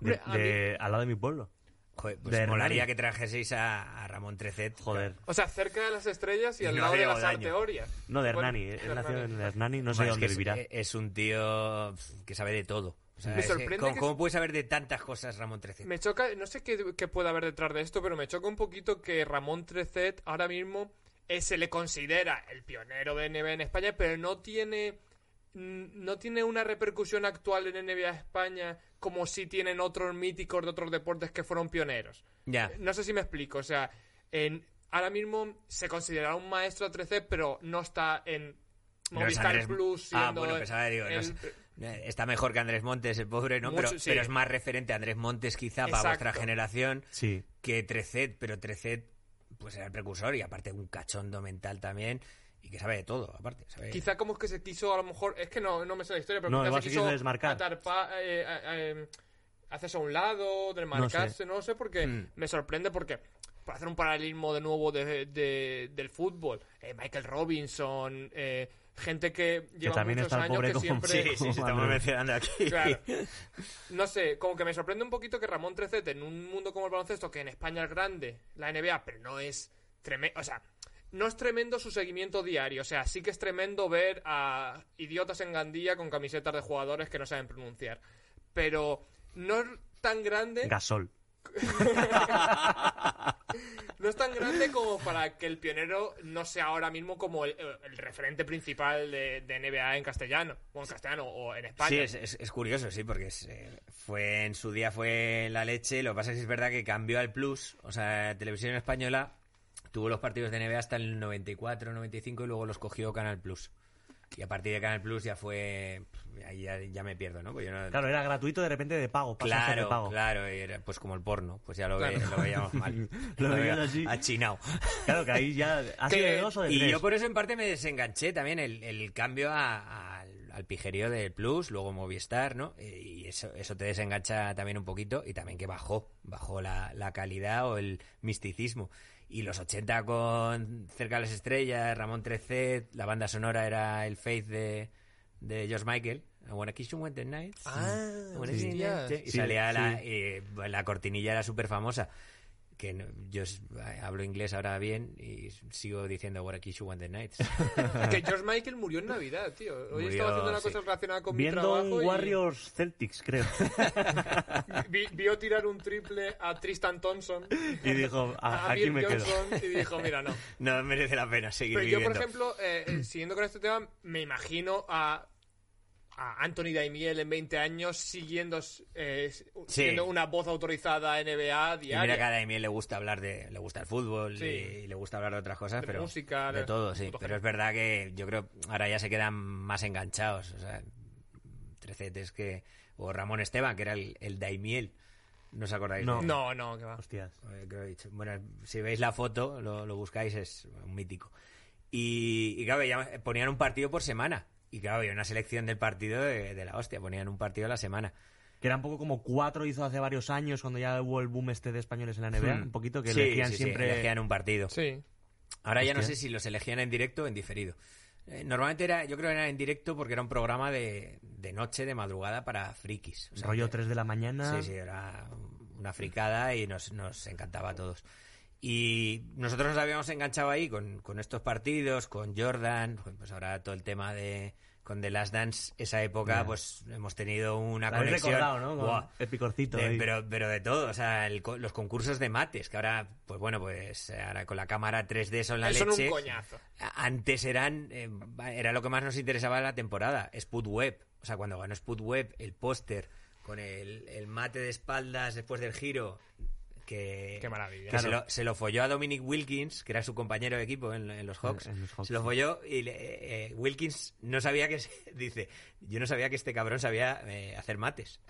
A: De-
B: Hombre, a mí-
A: de- al lado de mi pueblo.
C: Joder, pues
A: De
C: molaría
A: Hernani.
C: que trajeseis a, a Ramón Trecet.
A: Joder.
B: O sea, cerca de las estrellas y al
C: No
B: lado de
C: haría
B: las
C: daño.
B: arteorias.
A: No, de
B: Bueno,
A: Hernani. eh, Él nació en Hernani, no sé
C: Bueno, es
A: dónde
C: que es-
A: vivirá.
C: e- Es, un tío pf, que sabe de todo. O sea,
B: Me
C: es que,
B: sorprende
C: ¿cómo,
B: que-
C: cómo puede saber de tantas cosas Ramón Trece?
B: Me choca, no sé qué, qué puede haber detrás de esto, pero me choca un poquito que Ramón Trecet ahora mismo eh, se le considera el pionero de NBA en España, pero no tiene mm, no tiene una repercusión actual en NBA España como si tienen otros míticos de otros deportes que fueron pioneros.
C: Ya.
B: No sé si me explico, o sea, en, ahora mismo se considera un maestro 13, pero no está en
C: No es
B: Movistar
C: Andrés-
B: Plus.
C: Ah,
B: siendo
C: bueno, pensaba, digo, no
B: el-
C: es- Eh, Está mejor que Andrés Montes, el pobre, ¿no?
B: Mucho,
C: pero,
B: sí.
C: pero es más referente a Andrés Montes, quizá,
B: Exacto.
C: para vuestra generación,
A: Sí.
B: ¿Eh?
C: que Trecet, pero Trecet, pues era el precursor y aparte un cachondo mental también y que sabe de todo, aparte. sabe-
B: Quizá como es que se quiso, a lo mejor, es que no, no me sé la historia, pero
A: No,
B: quizá
A: igual
B: se
A: se
B: quiso
A: quiso desmarcar.
B: atar pa- eh, a- a- em, hacerse a un lado, desmarcarse, no sé, porque
C: Mm.
B: me sorprende porque para hacer un paralelismo de nuevo de, de- del fútbol, eh, Michael Robinson, eh, gente que lleva
A: también
B: muchos
A: está el
B: años
A: pobre
B: que
A: como-
C: Sí,
B: siempre...
C: sí, sí, estamos
A: Madre.
C: mencionando aquí.
B: Claro. No sé, como que me sorprende un poquito que Ramón Trecet en un mundo como el baloncesto, que en España es grande, la NBA, pero no es tremendo, o sea, no es tremendo su seguimiento diario, o sea, sí que es tremendo ver a idiotas en Gandía con camisetas de jugadores que no saben pronunciar, pero no es tan grande,
A: Gasol.
B: no es tan grande como para que el pionero no sea ahora mismo como el, el referente principal de, de NBA en castellano, o en castellano, o en España.
C: Sí, es, es- es curioso, sí, porque es, eh, fue en su día fue la leche. Lo que pasa es que es verdad que cambió al Plus, o sea, Televisión Española tuvo los partidos de NBA hasta el 94, 95 y luego los cogió Canal Plus. Y a partir de Canal Plus ya fue. pff, Ahí ya, ya me pierdo, ¿no? Pues yo no-
A: Claro, era gratuito de repente de pago. pasa a ser de
C: claro,
A: pago.
C: claro, y era, pues como el porno, pues ya lo, ve-
B: Claro.
C: lo veíamos mal.
A: Lo veías
C: veía
A: así.
C: achinao.
A: Claro, que ahí ya. ¿Ha sido
B: Que-
A: de dos o de
C: Y
A: tres?
C: yo por eso en parte me desenganché también el, el cambio a- al, al pijerío del Plus, luego Movistar, ¿no? Eh, Y eso, eso te desengancha también un poquito y también que bajó, bajó la, la calidad o el misticismo. Y los 80 con Cerca de las Estrellas, Ramón Trecet, la banda sonora era el Faith de, de George Michael. I wanna kiss you when the night.
B: Ah,
C: I
A: sí.
C: wanna kiss you when the night. Y
A: Sí,
C: salía la,
A: sí.
C: eh, la cortinilla, era súper famosa que no- yo s- eh, hablo inglés ahora bien y sigo diciendo What a Kiss You Want the Nights.
B: Que George Michael murió en Navidad, tío. Hoy
C: Murió,
B: estaba haciendo una
C: sí.
B: cosa relacionada con mi
A: Viendo
B: trabajo
A: un
B: y
A: Warriors Celtics, creo.
B: vi- vio tirar un triple a Tristan Thompson.
A: y dijo, "Ah,
B: a
A: aquí
B: Bill
A: me quedo.
B: Johnson, Y dijo, mira, no.
C: no merece la pena seguir
B: Pero yo, por
C: viviendo.
B: ejemplo, eh, eh, siguiendo con este tema, me imagino a, a Anthony Daimiel en 20 años siguiendo eh, siendo una voz autorizada NBA
C: y mira que a
B: diaria.
C: Daimiel le gusta hablar de le gusta el fútbol
B: Sí.
C: y, y le gusta hablar de otras cosas,
B: De
C: pero
B: música,
C: de
B: de-
C: todo, sí,
B: puto
C: pero
B: genio.
C: es verdad que yo creo ahora ya se quedan más enganchados, o sea, Trecet es que o Ramón Esteban, que era el, el Daimiel. ¿No os acordáis?
A: No.
C: de-
B: No, no, que va.
A: Hostias.
C: Eh, creo que he dicho. Bueno, si veis la foto, lo, lo buscáis, es un mítico. Y, y claro, ya ponían un partido por semana. Y claro, había una selección del partido de, de la hostia, ponían un partido a la semana.
A: Que eran un poco como cuatro hizo hace varios años, cuando ya hubo el boom este de españoles en la NBA,
C: Hmm.
A: un poquito que
C: Sí,
A: elegían
C: sí, sí,
A: siempre.
C: elegían un partido.
B: Sí.
C: Ahora ya no
A: Hostia.
C: sé si los elegían en directo o en diferido. Eh, normalmente era, yo creo que era en directo porque era un programa de, de noche, de madrugada para frikis. O
A: pues,
C: sea,
A: rollo
C: que-
A: 3 de la mañana.
C: Sí, sí, era una fricada y nos, nos encantaba a todos. Y nosotros nos habíamos enganchado ahí con, con estos partidos, con Jordan, pues ahora todo el tema de con The Last Dance, esa época,
A: Ya.
C: pues hemos tenido una
A: La habéis
C: conexión.
A: recordado, ¿no? Con
C: Buah,
A: el picorcito.
C: de-
A: ahí.
C: pero, pero de todo, o sea, el co- los concursos de mates, que ahora, pues bueno, pues ahora con la cámara 3D son la
B: Eso era
C: leche.
B: un coñazo.
C: A- Antes eran, eh, era lo que más nos interesaba de la temporada, Spud Web. O sea, cuando ganó Spud Web, el póster con el, el mate de espaldas después del giro, que,
B: Qué maravilla.
C: Eh, que se,
A: Claro.
C: lo, se lo folló a Dominic Wilkins, que era su compañero de equipo en, en los Hawks.
A: en los Hawks,
C: se lo
A: sí.
C: folló y le- eh, Wilkins no sabía que, se- dice, yo no sabía que este cabrón sabía eh, hacer mates.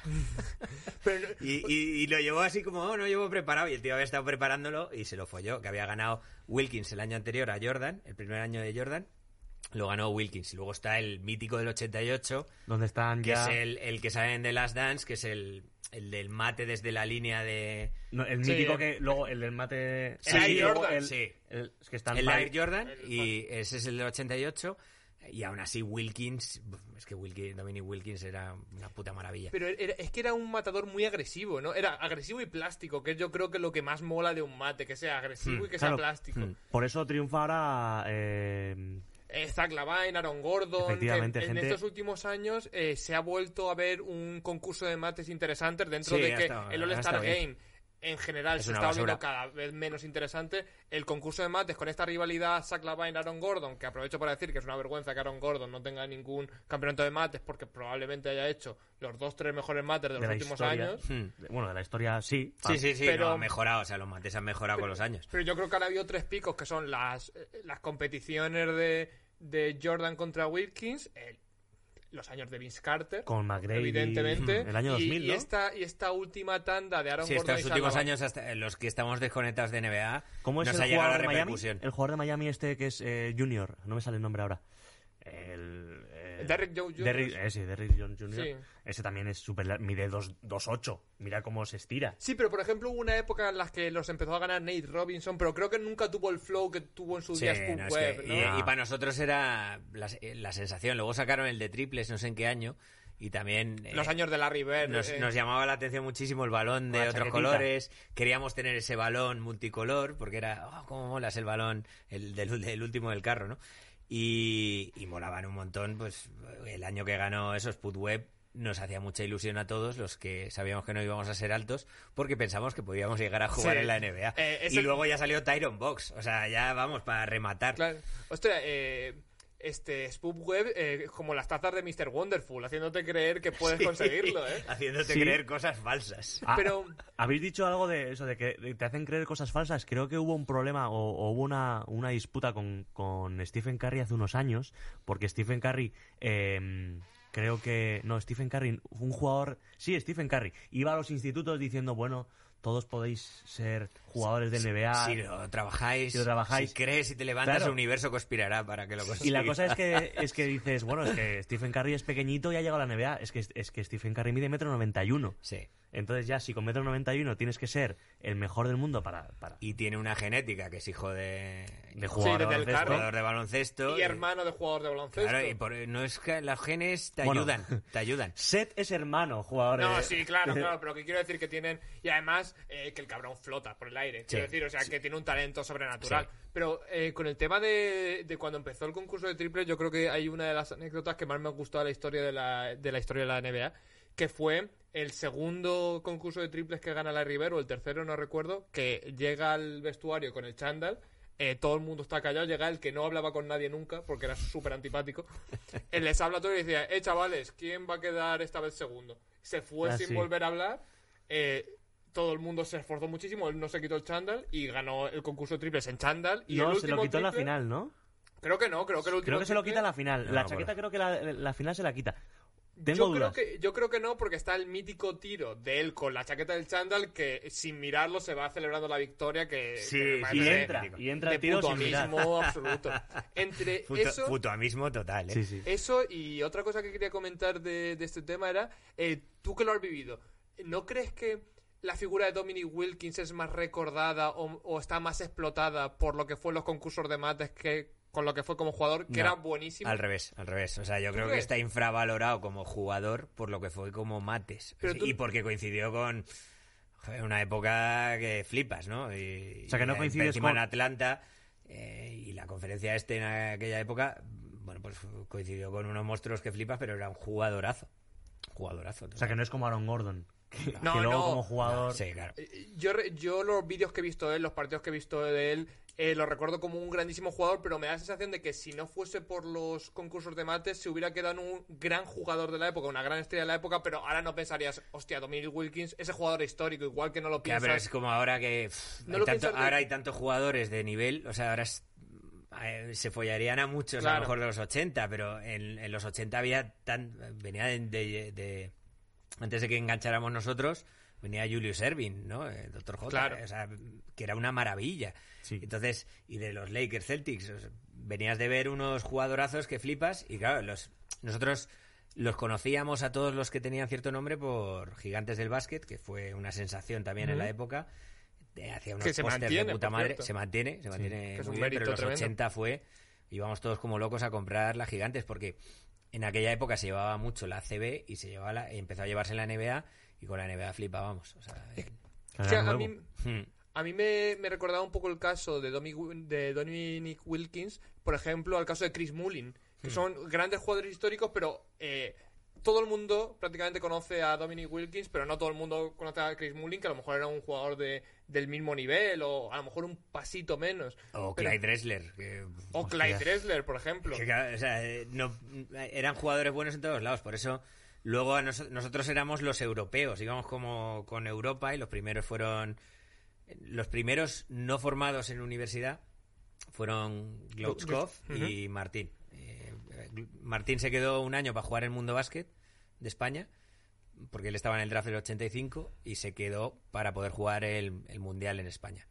B: Pero,
C: Y, y- y lo llevó así como, "Oh, no llevo preparado. Y el tío había estado preparándolo y se lo folló. Que había ganado Wilkins el año anterior a Jordan, el primer año de Jordan. Lo ganó Wilkins. Y luego está el mítico del 88,
A: Donde están
C: que
A: ya.
C: es el, el que sale en The Last Dance, que es el, el del mate desde la línea de.
A: no, el
B: Sí,
A: mítico
B: eh.
A: que luego el del mate.
C: Sí,
A: y luego
B: Jordan,
A: el-
C: sí.
A: el- es que están
C: el
A: mal-
C: Air Jordan. Y ese es el del 88. Y aún así, Wilkins. Es que Wilkins, Dominic Wilkins era una puta maravilla.
B: pero e-, era- es que era un matador muy agresivo, ¿no? Era agresivo y plástico, que yo creo que es lo que más mola de un mate, que sea agresivo
C: Mm,
B: y que
A: claro.
B: sea plástico.
C: Mm.
A: Por eso triunfa ahora. eh,
B: Eh, Zach Lavine, Aaron Gordon. que
A: Efectivamente,
B: en
A: gente-
B: estos últimos años eh, se ha vuelto a ver un concurso de mates interesantes dentro
C: Sí,
B: de
C: ha
B: que
C: estado-
B: el
C: ha
B: All-Star
C: estado bien.
B: Game en general
C: Es
B: se
C: una
B: está volviendo
C: basura.
B: cada vez menos interesante. El concurso de mates con esta rivalidad Zach Lavine, Aaron Gordon, que aprovecho para decir que es una vergüenza que Aaron Gordon no tenga ningún campeonato de mates porque probablemente haya hecho los dos, tres mejores mates de los
A: de la
B: últimos
A: historia.
B: años.
C: Hmm.
A: de- Bueno, de la historia sí.
C: Sí, sí, sí,
B: Pero-
C: no, ha mejorado, o sea, los mates han mejorado con los años.
B: Pero yo creo que ahora ha habido tres picos, que son las, eh, las competiciones de, de Jordan contra Wilkins, el- los años de Vince Carter,
A: Con McGrady.
B: evidentemente,
A: El año
B: y, este
A: 2000,
B: y
A: ¿no?
B: esta, y esta última tanda de Aaron
C: Sí,
B: Gordon
C: estos
B: y
C: últimos
B: Shalom.
C: años, hasta eh, los que estamos desconectados de NBA,
A: ¿Cómo es
C: nos ha
A: el
C: llegado la
A: jugador de Miami?
C: repercusión.
A: El jugador de Miami este que es eh, Junior, no me sale el nombre ahora. El, eh,
B: Derrick Jones Jr.
A: Derrick- eh, sí, Derrick Jones Jr.
B: Sí.
A: Ese también es super mide 2 2'8". Mira cómo se estira.
B: Sí, pero por ejemplo hubo una época en la que los empezó a ganar Nate Robinson, pero creo que nunca tuvo el flow que tuvo en su
C: Sí,
B: día Scoop
C: no, es
B: Web,
C: que-
B: ¿no?
C: y,
A: Ah.
C: y para nosotros era la, eh, la sensación. Luego sacaron el de triples, no sé en qué año, y también... eh,
B: Los años de Larry Bird.
C: nos,
B: eh,
C: nos llamaba la atención muchísimo el balón
A: Con
C: de
A: la
C: otros
A: chaquetita.
C: colores. Queríamos tener ese balón multicolor, porque era, oh, cómo molas el balón, el del, del último del carro, ¿no? Y, y molaban un montón, pues el año que ganó esos Putweb nos hacía mucha ilusión a todos los que sabíamos que no íbamos a ser altos, porque pensamos que podíamos llegar a jugar
B: Sí.
C: en la NBA.
B: Eh, es
C: y
B: el-
C: luego ya salió Tyron Box, o sea, ya vamos, para rematar.
B: Claro. Ostras, eh, este Spoop Web eh, es como las tazas de Mr. Wonderful, haciéndote creer que puedes conseguirlo, ¿eh?
C: Haciéndote
A: Sí.
C: creer cosas falsas.
A: Ah,
B: Pero-
A: habéis dicho algo de eso, de que te hacen creer cosas falsas. Creo que hubo un problema o, o hubo una, una disputa con, con Stephen Curry hace unos años, porque Stephen Curry, eh, creo que... No, Stephen Curry, un jugador... Sí, Stephen Curry. Iba a los institutos diciendo, bueno, todos podéis ser jugadores de NBA.
C: Si lo trabajáis,
A: Si lo trabajáis.
C: si crees y te levantas,
A: Claro.
C: el universo conspirará para que lo consigas.
A: Y la cosa es que, es que dices, bueno, es que Stephen Curry es pequeñito y ha llegado a la NBA. Es que, es que Stephen Curry mide metro noventa y uno.
C: Sí.
A: Entonces ya, si con metro noventa y uno tienes que ser el mejor del mundo para... para
C: Y tiene una genética que es hijo de,
A: de jugador
B: desde el
A: de baloncesto,
B: carro.
C: jugador de baloncesto.
B: Y hermano de jugador de baloncesto.
C: Claro, y por- no es que los genes te
A: Bueno.
C: ayudan, te ayudan.
A: Seth es hermano, jugador
B: No,
A: de-
B: sí, claro, claro, pero que quiero decir que tienen... Y además eh, que el cabrón flota por el aire, quiero
C: Sí,
B: decir, o sea, que tiene un talento sobrenatural.
C: Sí.
B: Pero eh, con el tema de, de cuando empezó el concurso de triples, yo creo que hay una de las anécdotas que más me ha gustado de la historia de la, de la, historia de la NBA, que fue el segundo concurso de triples que gana Larry Bird, o el tercero, no recuerdo, que llega al vestuario con el chándal... eh, todo el mundo está callado, llega el que no hablaba con nadie nunca, porque era súper antipático. Él les habla a todos y decía, eh, chavales, ¿quién va a quedar esta vez segundo? Se fue
A: Ah,
B: sin
A: sí.
B: volver a hablar. eh, todo el mundo se esforzó muchísimo, él no se quitó el chándal y ganó el concurso de triples en chándal. Y
A: No,
B: el
A: se lo
B: último
A: quitó en la
B: triple-
A: final, ¿no?
B: Creo que no, creo que el último
A: Creo que se lo
B: triple-
A: quita en la final.
C: No me
A: la
C: acuerdo.
A: chaqueta creo que la, la final se la quita. Tengo
B: yo,
A: dudas.
B: creo que, yo creo que no, porque está el mítico tiro de él con la chaqueta del chándal que sin mirarlo se va celebrando la victoria que,
C: Sí,
B: que me
C: sí,
A: Y
B: parece
A: entra,
C: de
A: y entra
B: de
A: el tiro sin mirar.
B: putoamismo absoluto. Entre
C: Puto,
B: eso,
C: putoamismo total, ¿eh?
A: Sí, sí.
B: eso y otra cosa que quería comentar de, de este tema era, eh, tú que lo has vivido, ¿no crees que la figura de Dominic Wilkins es más recordada o, o está más explotada por lo que fue los concursos de mates que con lo que fue como jugador, que
C: No,
B: era buenísimo?
C: Al revés, al revés. O sea, yo creo que
B: crees?
C: está infravalorado como jugador por lo que fue como mates.
B: Pero tú-
C: Y porque coincidió con joder, una época que flipas, ¿no? Y-
A: O sea, que no
C: y
A: coincides
C: encima
A: con-
C: en Atlanta eh, y la conferencia este en aquella época, bueno, pues coincidió con unos monstruos que flipas, pero era un jugadorazo. Jugadorazo.
A: O sea, que no es como Aaron Gordon. Que,
B: No,
A: que luego
B: no.
A: como jugador...
C: Sí, claro.
B: Eh, Yo, re- yo los vídeos que he visto de él, los partidos que he visto de él, eh, lo recuerdo como un grandísimo jugador, pero me da la sensación de que si no fuese por los concursos de mates, se hubiera quedado en un gran jugador de la época, una gran estrella de la época, pero ahora no pensarías, hostia, Dominic Wilkins, ese jugador histórico, igual que no lo
C: Ya,
B: piensas.
C: pero es como ahora que pff,
B: No
C: hay
B: lo
C: tanto-
B: piensas eh. de-
C: ahora hay tantos jugadores de nivel, o sea, ahora es- eh, se follarían a muchos a
B: Claro.
C: lo mejor de los 80, pero en, en los 80 había tan venía de, de- de- antes de que engancháramos nosotros venía Julius Erving, ¿no? El Dr. J,
B: Claro.
C: o sea, que era una maravilla.
A: Sí.
C: Entonces, y de los Lakers Celtics, o sea, venías de ver unos jugadorazos que flipas y claro, los nosotros los conocíamos a todos los que tenían cierto nombre por Gigantes del Básquet, que fue una sensación también en la época. Eh, Hacía unos
B: Que se
C: pósters
B: mantiene,
C: de puta
B: por
C: madre,
B: cierto.
C: se mantiene, se mantiene
B: Que es un
C: muy bien, pero en
B: mérito
C: los
B: tremendo.
C: 80 fue íbamos todos como locos a comprar las Gigantes porque en aquella época se llevaba mucho la ACB y se llevaba la- empezó a llevarse la NBA y con la NBA flipábamos, o sea, eh,
A: que
B: O sea,
A: era
B: a
A: nuevo.
B: mí,
C: hmm.
B: a mí me, me recordaba un poco el caso de, Domi- de Dominic Wilkins, por ejemplo, al caso de Chris Mullin,
C: Hmm.
B: que son grandes jugadores históricos, pero eh, todo el mundo prácticamente conoce a Dominic Wilkins, pero no todo el mundo conoce a Chris Mullin, que a lo mejor era un jugador de, del mismo nivel o a lo mejor un pasito menos.
C: o
B: Pero-
C: Clyde Dressler, que
B: o Clyde Dressler, por ejemplo.
C: Que, claro, o sea, eh, no, eran jugadores buenos en todos lados, por eso luego a noso- nosotros éramos los europeos, íbamos como con Europa y los primeros fueron los primeros no formados en universidad fueron Glotchkov y Martín. Eh, Gl- Martín se quedó un año para jugar el Mundo Básquet de España, porque él estaba en el draft del 85 y se quedó para poder jugar el, el Mundial en España,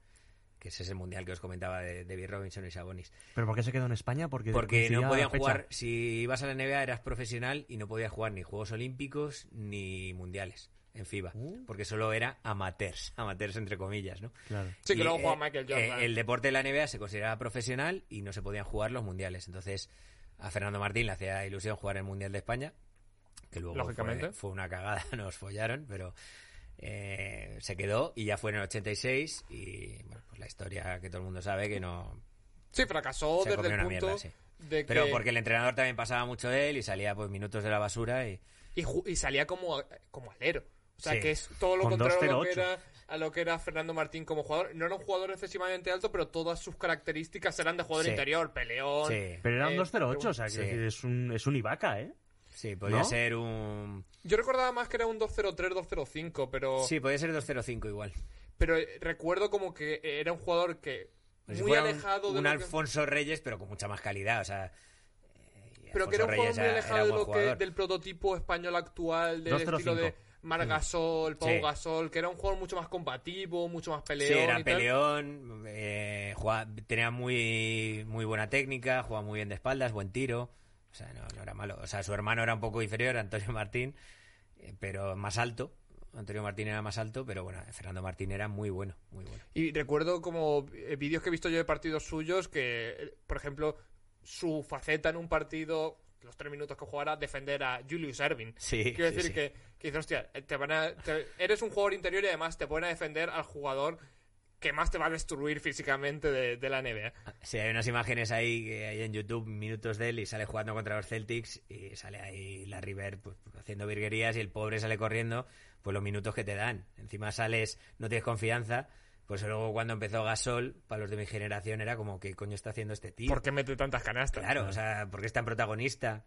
C: que ese es el Mundial que os comentaba de David Robinson y Sabonis.
A: ¿Pero por qué se quedó en España? Porque,
C: Porque no
A: coincidía
C: podían
A: la fecha.
C: jugar, si ibas a la NBA eras profesional y no podías jugar ni Juegos Olímpicos ni Mundiales en FIBA,
A: Uh.
C: porque solo era amateurs, amateurs entre comillas, ¿no?
A: Claro.
B: Sí, que
C: Y,
B: luego
C: eh,
B: juega Michael Jordan.
C: eh, el deporte de la NBA se consideraba profesional y no se podían jugar los mundiales. Entonces, a Fernando Martín le hacía ilusión jugar el Mundial de España, que luego fue-
B: Lógicamente.
C: Fue, una cagada, nos follaron, pero eh, se quedó y ya fue en el 86 y, bueno, pues la historia que todo el mundo sabe que no...
B: sí, fracasó
C: se
B: desde
C: comió
B: el
C: una
B: punto
C: mierda, sí.
B: de que...
C: Pero porque el entrenador también pasaba mucho de él y salía pues minutos de la basura y...
B: y, ju- y salía como, como alero. O sea,
C: Sí.
B: que es todo lo
A: Con
B: contrario a lo, que
A: 2'08".
B: era, a lo que era Fernando Martín como jugador. No era un jugador excesivamente alto, pero todas sus características eran de jugador
C: Sí.
B: interior, peleón.
C: Sí,
A: Pero era
B: Eh,
A: un 208, o sea,
C: sí.
A: quiero decir, es un, es un Ibaka, ¿eh?
C: sí, podía
A: ¿No?
C: ser un...
B: Yo recordaba más que era un 203, 205, pero,
C: Sí, podía ser 205 igual.
B: pero eh, recuerdo como que era un jugador que
C: Como si
B: muy
C: fuera un-
B: alejado
C: un,
B: de lo que-
C: Alfonso Reyes, pero con mucha más calidad, o sea, eh,
B: Pero que era
C: Alfonso
B: un jugador
C: Reyes
B: muy
C: era-
B: alejado
C: era
B: de
C: buen
B: lo que,
C: jugador.
B: del prototipo español actual, del
A: 2'05.
B: estilo de Mar Gasol, Pau
C: Mm. Sí.
B: Gasol, que era un jugador mucho más combativo, mucho más peleón.
C: Sí, era
B: y tal.
C: peleón, eh, jugaba- tenía muy, muy buena técnica, jugaba muy bien de espaldas, buen tiro. O sea, no, no era malo. O sea, su hermano era un poco inferior, Antonio Martín, eh, pero más alto. Antonio Martín era más alto, pero bueno, Fernando Martín era muy bueno, muy bueno.
B: Y recuerdo como eh, vídeos que he visto yo de partidos suyos que, eh, por ejemplo, su faceta en un partido, los tres minutos que jugara, defender a Julius Erving.
C: Sí,
B: Quiero
C: sí,
B: decir
C: sí.
B: que, que dices, hostia, eh, te van a- te- eres un jugador interior y además te ponen a defender al jugador que más te va a destruir físicamente de, de la NBA.
C: Ah, Sí, hay unas imágenes ahí que hay en YouTube, minutos de él, y sale jugando contra los Celtics, y sale ahí la River pues, haciendo virguerías, y el pobre sale corriendo, pues los minutos que te dan. Encima sales, no tienes confianza, pues luego cuando empezó Gasol, para los de mi generación era como, ¿qué coño está haciendo este tío?
B: ¿Por qué mete tantas canastas?
C: Claro, o sea, porque es tan protagonista.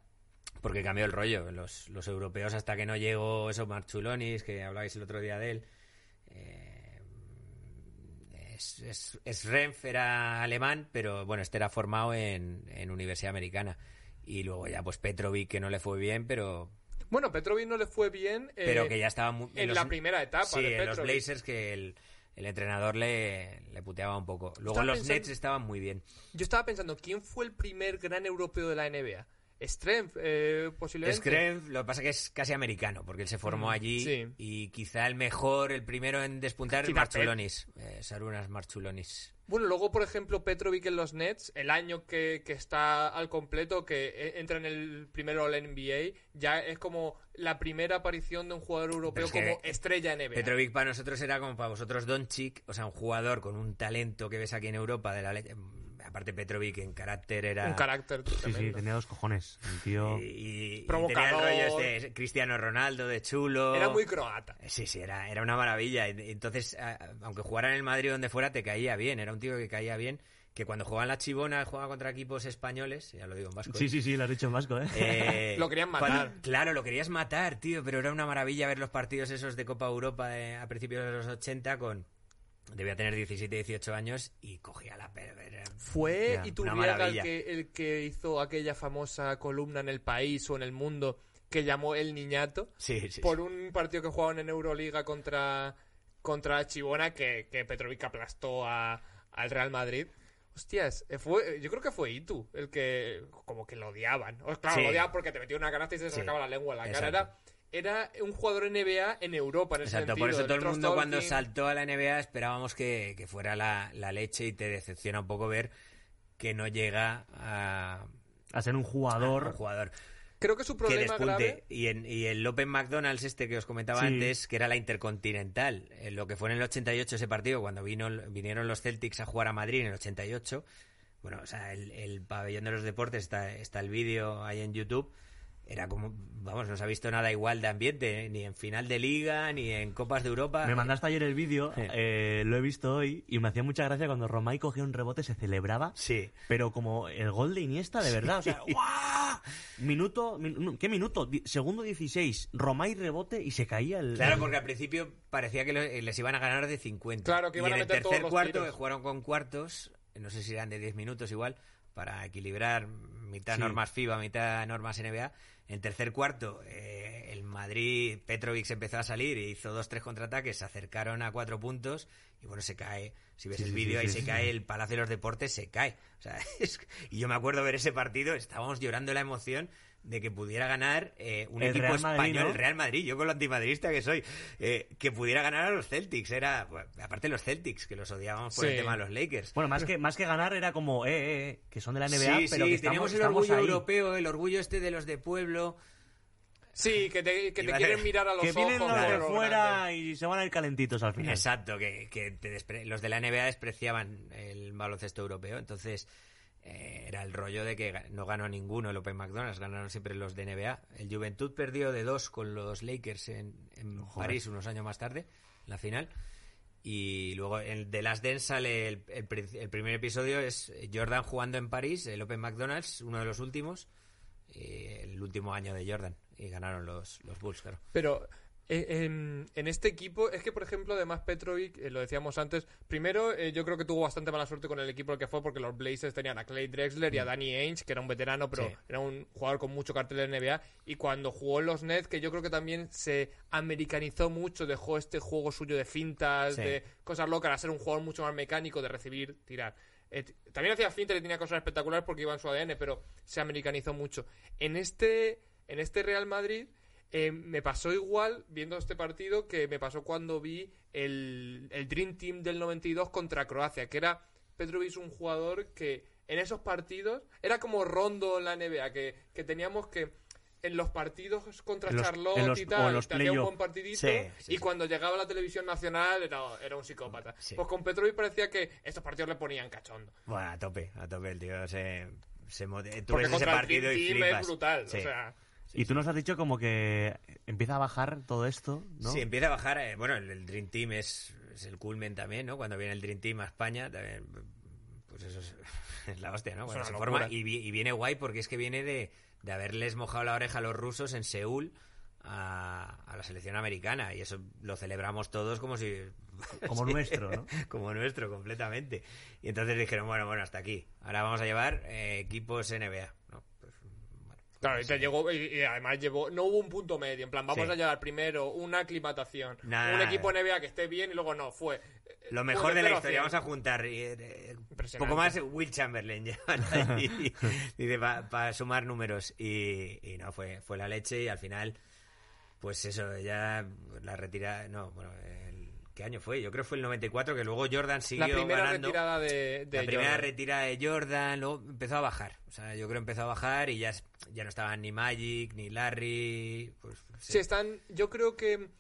C: Porque cambió el rollo. Los, los europeos, hasta que no llegó esos Marchulonis, que hablabais el otro día de él. eh, es, es- es Renf, era alemán, pero bueno, este era formado en, en Universidad Americana. Y luego ya, pues Petrovic, que no le fue bien, pero
B: Bueno, Petrovic no le fue bien. eh,
C: pero que ya estaba mu-
B: en la primera etapa
C: Sí,
B: de
C: en los
B: Petrovic.
C: Blazers que el, el entrenador le, le puteaba un poco. Luego
B: Estaba
C: los
B: pensando-
C: Nets estaban muy bien.
B: Yo estaba pensando, ¿quién fue el primer gran europeo de la NBA? Strength, eh, posiblemente.
C: Screv, lo que pasa que es casi americano, porque él se formó
B: Mm,
C: allí
B: sí.
C: y quizá el mejor, el primero en despuntar es
B: Quizá Pep.
C: Marchulonis. Eh, Sarunas Marchulonis.
B: Bueno, luego, por ejemplo, Petrovic en los Nets, el año que, que está al completo, que eh, entra en el primero All-NBA, ya es como la primera aparición de un jugador europeo
C: es que
B: como estrella NBA.
C: Petrovic para nosotros era como para vosotros Doncic, o sea, un jugador con un talento que ves aquí en Europa de la leche. Mm, Aparte Petrovic en carácter era
B: un carácter
A: Sí, sí,
B: tremendo.
A: tenía dos cojones. El tío.
C: y, y tenía el
B: Provocador.
C: rollo este Cristiano Ronaldo de chulo. Eh,
B: Era muy croata.
C: Sí, sí, era, era una maravilla. Y- y Entonces, a- aunque jugara en el Madrid o donde fuera, te caía bien. Era un tío que caía bien. Que cuando jugaba en la Chibona, jugaba contra equipos españoles, ya lo digo en vasco.
A: Sí, sí, sí, lo has dicho en vasco, ¿eh?
C: Eh,
B: Lo querían
C: cuando-
B: matar.
C: claro, lo querías matar, tío, pero era una maravilla ver los partidos esos de Copa Europa de- a principios de los 80 con... Debía tener 17, 18 años y cogía la perra.
B: Fue
A: Ya,
B: Iturriaga el
C: maravilla.
B: que, el que hizo aquella famosa columna en el país o en el mundo que llamó El Niñato.
C: Sí, sí, sí.
B: por un partido que jugaban en Euroliga contra, contra Chibona que, que Petrovic aplastó a- al Real Madrid. Hostias, eh, fue, yo creo que fue Itu el que como que lo odiaban. O, claro,
C: Sí.
B: lo odiaban porque te metió una canasta y se
C: Sí,
B: sacaba la lengua a la cara.
C: exacto.
B: Era, era un jugador NBA en Europa, en ese
C: Exacto,
B: sentido.
C: por eso todo el
B: Trost
C: mundo cuando
B: Tolkien.
C: saltó a la NBA esperábamos que, que fuera la, la leche y te decepciona un poco ver que no llega a,
A: A ser un
C: a
A: jugador.
C: un jugador
B: Creo que su
C: que
B: problema grave...
C: despunte. Y, en, y el Open McDonald's este que os comentaba
A: Sí.
C: antes, que era la Intercontinental, en lo que fue en el 88 ese partido, cuando vino, vinieron los Celtics a jugar a Madrid en el 88, bueno, o sea, el, el pabellón de los deportes, está, está el vídeo ahí en YouTube, era como, vamos, no se ha visto nada igual de ambiente, eh, ni en final de liga, ni en Copas de Europa.
A: Me mandaste ayer el vídeo,
C: Sí.
A: eh, lo he visto hoy, y me hacía mucha gracia cuando Romay cogió un rebote, se celebraba.
C: Sí.
A: Pero como el gol de Iniesta, de verdad. O sea, ¡guau! Minuto, min- ¿qué minuto? Di- segundo 16, Romay rebote y se caía el...
C: Claro,
A: el-
C: porque al principio parecía que lo- eh, les iban a ganar de 50.
B: Claro, que iban
C: y
B: a
C: en
B: meter
C: el
B: todos
C: tercer
B: los
C: cuarto,
B: tiros.
C: que jugaron con cuartos, no sé si eran de 10 minutos igual, para equilibrar mitad
A: Sí.
C: normas FIBA, mitad normas NBA. En el tercer cuarto, eh, el Madrid, Petrovic se empezó a salir y hizo dos, tres contraataques, se acercaron a cuatro puntos y bueno, se cae. Si ves
A: Sí,
C: el
A: sí,
C: vídeo
A: sí,
C: ahí,
A: sí,
C: se
A: sí.
C: cae el Palacio de los Deportes, se cae. O sea, es- Y yo me acuerdo ver ese partido, estábamos llorando la emoción de que pudiera ganar eh, un
A: El
C: equipo
A: Real Madrid,
C: español,
A: ¿no?
C: el Real Madrid, yo con lo antimadridista que soy, eh, que pudiera ganar a los Celtics. Era, bueno, aparte los Celtics, que los odiábamos por
B: Sí.
C: el tema de los Lakers.
A: Bueno, más que, más que ganar era como, eh, eh, eh, que son de la NBA,
C: sí,
A: pero
C: sí,
A: que estamos,
C: teníamos el
A: estamos
C: orgullo
A: ahí.
C: europeo, el orgullo este de los de pueblo.
B: Sí, que te, que te
C: Iba a
B: quieren
C: decir-
B: mirar a los
A: Que
B: ojos.
A: vienen los de
B: por lo
A: fuera
B: grande.
A: y se van a ir calentitos al final.
C: Exacto, que, que te despre- los de la NBA despreciaban el baloncesto europeo, entonces eh, era el rollo de que ga- no ganó ninguno el Open McDonald's, ganaron siempre los de NBA. El Juventud perdió de dos con los Lakers en, en
A: Joder.
C: París unos años más tarde, la final. Y luego en The Last Dance sale el, el pri- el primer episodio, es Jordan jugando en París, el Open McDonald's, uno de los últimos, y el último año de Jordan, y ganaron los, los Bulls, claro.
B: Pero eh, en, en este equipo, es que por ejemplo, además Petrovic, eh, lo decíamos antes, primero eh, yo creo que tuvo bastante mala suerte con el equipo al que fue porque los Blazers tenían a Clay Drexler y a Danny Ainge, que era un veterano, pero
C: Mm. Sí.
B: era un jugador con mucho cartel en NBA, y cuando jugó en los Nets, que yo creo que también se americanizó mucho, dejó este juego suyo de fintas,
C: Sí.
B: de cosas locas, a ser un jugador mucho más mecánico, de recibir, tirar. Eh, t- también hacía fintas y tenía cosas espectaculares porque iba en su ADN, pero se americanizó mucho. En este, en este Real Madrid eh, me pasó igual viendo este partido que me pasó cuando vi el, el Dream Team del 92 contra Croacia, que era Petrovic un jugador que en esos partidos era como rondo en la NBA, que, que teníamos que en los partidos contra
A: En los-
B: Charlotte
A: en los-
B: y
A: o en
B: tal,
A: los
B: te hacía un
A: playoff.
B: buen partidito
C: Sí, sí,
B: y
C: sí.
B: cuando llegaba a la televisión nacional era, era un psicópata.
C: Sí.
B: Pues con Petrovic parecía que estos partidos le ponían cachondo.
C: Bueno, a tope, a tope el tío. Se, se mode- Tú
B: Porque
C: ves ese
B: contra el
C: partido
B: Dream
C: y
B: Team
C: flipas.
B: es brutal.
C: Sí.
B: O sea,
A: y tú nos has dicho como que empieza a bajar todo esto, ¿no?
C: Sí, empieza a bajar. eh, bueno, el, el Dream Team es, es el culmen también, ¿no? Cuando viene el Dream Team a España, también, pues eso es, es la hostia, ¿no?
B: Es
C: Cuando
B: una
C: se
B: locura.
C: forma. Y, vi- y viene guay porque es que viene de, de haberles mojado la oreja a los rusos en Seúl a, a la selección americana. Y eso lo celebramos todos como si.
A: Como nuestro, ¿no?
C: como nuestro, completamente. Y entonces dijeron, bueno, bueno, hasta aquí. Ahora vamos a llevar eh, equipos NBA. ¿no? Pues, bueno, pues
B: Claro, y, te llegó, y, y además llevó, no hubo un punto medio. En plan, vamos
C: Sí.
B: a llevar primero una aclimatación,
C: Nada.
B: un equipo NBA que esté bien y luego no, fue. eh,
C: Lo
B: fue
C: mejor de la
B: cero a
C: historia,
B: cien.
C: vamos a juntar. eh, eh,
B: Impresionante.
C: Poco más Will Chamberlain llevan ahí. Dice, para sumar números. Y, y no, fue, fue la leche y al final, pues eso, ya la retirada. No, bueno, el- ¿qué año fue? Yo creo que fue el 94, que luego Jordan siguió
B: La primera
C: ganando.
B: retirada de, de
C: la primera
B: Jordan.
C: retirada de Jordan, luego empezó a bajar. O sea, yo creo que empezó a bajar y ya, es- ya no estaban ni Magic, ni Larry. Pues,
B: Sí, están. Yo creo que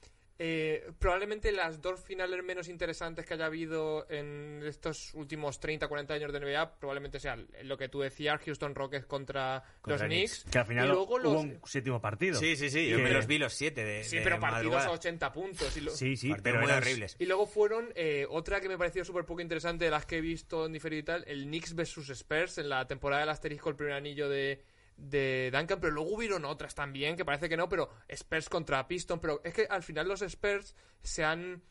B: eh, probablemente las dos finales menos interesantes que haya habido en estos últimos 30, 40 años de NBA, probablemente sean lo que tú decías, Houston Rockets contra,
C: Contra
B: los
C: Knicks.
B: Knicks.
A: Que al final
B: y luego
A: hubo
B: los.
A: un séptimo partido.
C: sí, sí, sí, yo
A: Que-
C: me los vi los siete de
B: Sí,
C: de
B: pero partidos
C: madrugada.
B: a 80 puntos. Y lo-
A: Sí, sí,
C: Partidos
A: pero
C: muy
A: eran-
C: horribles.
B: Y luego fueron eh, otra que me pareció súper poco interesante de las que he visto en diferido y tal, el Knicks versus Spurs en la temporada del asterisco, el primer anillo de, de Duncan, pero luego hubieron otras también, que parece que no, pero Spurs contra Piston, pero es que al final los Spurs se han...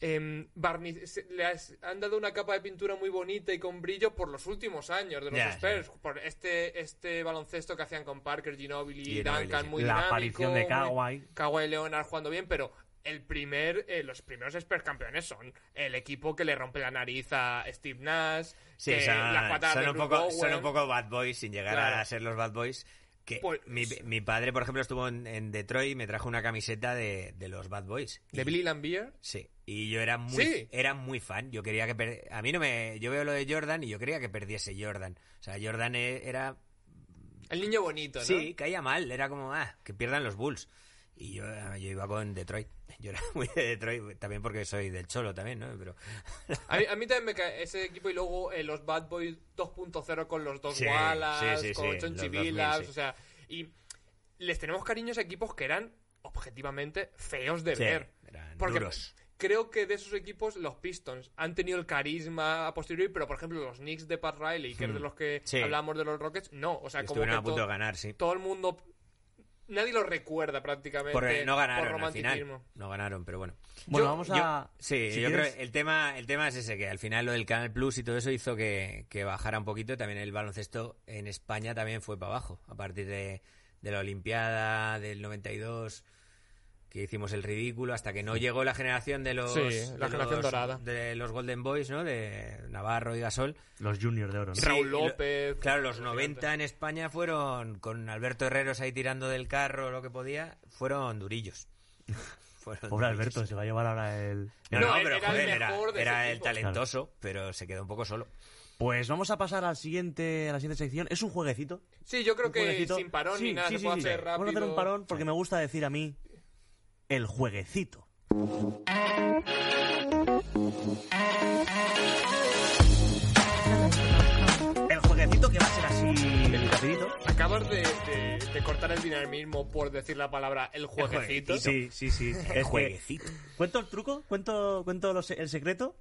B: em, barniz- se- le has- han dado una capa de pintura muy bonita y con brillo por los últimos años de los
C: Ya,
B: Spurs, por este, este baloncesto que hacían con Parker, Ginobili,
C: Ginobili,
B: Duncan,
C: sí.
B: muy
A: La
B: dinámico,
A: aparición de
B: muy-
A: Kawhi.
B: Kawhi Leonard jugando bien, pero el primer, eh, los primeros Spurs campeones son el equipo que le rompe la nariz a Steve Nash,
C: Sí,
B: que
C: son,
B: las patadas
C: son
B: de
C: un
B: Bruce
C: poco,
B: Bowen.
C: son un poco bad boys sin llegar a
B: Claro.
C: ser los bad boys. Que
B: Pues-
C: mi, mi padre, por ejemplo, estuvo en, en Detroit y me trajo una camiseta de, de los bad boys.
B: de
C: Y-
B: Billy Lambier.
C: Sí. Y yo era muy,
B: Sí.
C: era muy fan. Yo quería que per- a mí no me, yo veo lo de Jordan y yo quería que perdiese Jordan. O sea, Jordan e- era,
B: El niño bonito, ¿no?
C: sí, caía mal. Era como, ah, que pierdan los Bulls. Y yo, ah, yo iba con Detroit. Yo era muy de Detroit, también porque soy del cholo también, ¿no? Pero
B: A mí, a mí también me cae ese equipo y luego eh, los Bad Boys 2.0 con los dos
C: Sí,
B: Wallace,
C: sí, sí,
B: con
C: sí,
B: Chonchi
C: los 2000,
B: Vilas,
C: sí.
B: o sea, y les tenemos cariños a equipos que eran objetivamente feos de
C: Sí,
B: ver.
C: eran
B: Porque
C: duros.
B: creo que de esos equipos los Pistons han tenido el carisma a posteriori, pero por ejemplo los Knicks de Pat Riley, que es de los que
C: Hmm. Sí.
B: hablamos de los Rockets, no, o sea, como que
C: estuvieron a punto
B: to-
C: de ganar, sí.
B: todo el mundo nadie lo recuerda prácticamente
C: Porque no
B: por
C: ganaron al final.
B: romanticismo.
C: No ganaron, pero bueno.
A: Bueno,
B: Yo-
A: vamos
C: Yo-
A: a.
C: sí,
A: si
C: yo
A: quieres-
C: creo que el tema, el tema es ese, que al final lo del Canal Plus y todo eso hizo que, que bajara un poquito. También el baloncesto en España también fue para abajo, a partir de, de la Olimpiada del 92, que hicimos el ridículo, hasta que no llegó la generación de los...
B: Sí, la
C: de
B: generación
C: los-
B: dorada.
C: De los Golden Boys, ¿no? De Navarro y Gasol.
A: Los Juniors de Oro. ¿no?
B: Sí. Raúl
C: y lo-
B: López,
C: claro, los
B: Fernando
C: 90 en España fueron, con Alberto Herreros ahí tirando del carro lo que podía, fueron durillos. Fueron
A: Pobre
C: durillos.
A: Alberto, se va a llevar ahora el.
C: No,
B: No,
C: no,
B: él
C: pero
B: era el
C: joder, era,
B: mejor de
C: era
B: ese
C: el
B: equipo.
C: talentoso, pero se quedó un poco solo.
A: Pues vamos a pasar al siguiente, a la siguiente sección. Es un jueguecito.
B: Sí, yo creo
A: un
B: que
A: jueguecito.
B: sin parón
A: Sí,
B: ni nada
A: sí,
B: se
A: sí,
B: puede
A: sí.
B: hacer rápido.
A: Vamos a hacer un parón porque me gusta decir a mí el jueguecito. El jueguecito que va a ser así rapidito.
B: Acabas de, de- de cortar el dinamismo por decir la palabra el jueguecito.
A: Sí, sí, sí. Es que-
C: Jueguecito.
A: ¿Cuento el truco? ¿Cuento, cuento los- el secreto?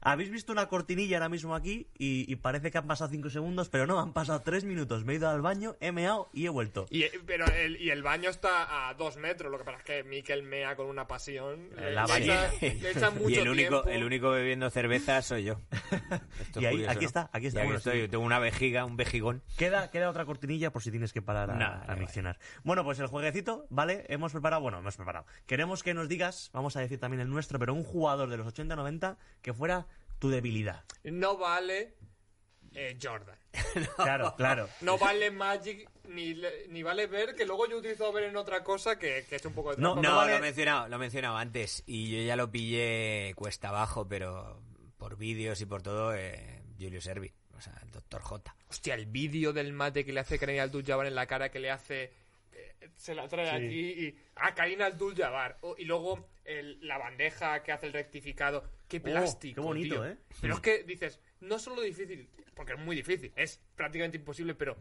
A: Habéis visto una cortinilla ahora mismo aquí y, y parece que han pasado 5 segundos, pero no, han pasado 3 minutos. Me he ido al baño, he meado y he vuelto.
B: Y, eh, pero el, y el baño está a dos metros, lo que pasa es que Mikel mea con una pasión. Le-
A: La
B: le
A: bañera.
B: echa- le echa mucho
C: y el único,
B: tiempo.
C: el único bebiendo cerveza soy yo. Esto es
A: Y ahí-
C: curioso,
A: aquí
C: ¿no?
A: está, aquí está,
C: Y
A: bueno,
C: estoy,
A: sí.
C: tengo una vejiga, un vejigón.
A: Queda, queda otra cortinilla por si tienes que parar a,
C: No,
A: a
C: no,
A: miccionar. Bueno, pues el jueguecito, ¿vale? Hemos preparado, bueno, hemos preparado. Queremos que nos digas, vamos a decir también el nuestro, pero un jugador de los 80-90 que fuera tu debilidad.
B: No vale eh, Jordan.
A: Claro, claro.
B: No vale Magic, ni, le- ni vale ver, que luego yo utilizo ver en otra cosa que, que es un poco de
A: No,
C: No,
B: trampa.
A: vale-
C: lo, he mencionado, lo he mencionado antes y yo ya lo pillé cuesta abajo, pero por vídeos y por todo, eh, Julio Servi, o sea, el doctor J.
B: Hostia, el vídeo del mate que le hace Karina Abdul-Jabbar en la cara, que le hace... eh, Se la trae
A: Sí.
B: aquí y... Ah, Karina Abdul-Jabbar. O- Oh, Y luego el- la bandeja que hace el rectificado.
C: Oh,
B: ¡Qué plástico,
A: qué bonito,
B: tío.
A: ¿eh?
B: Pero es que dices, no solo difícil, porque es muy difícil, es prácticamente imposible, pero...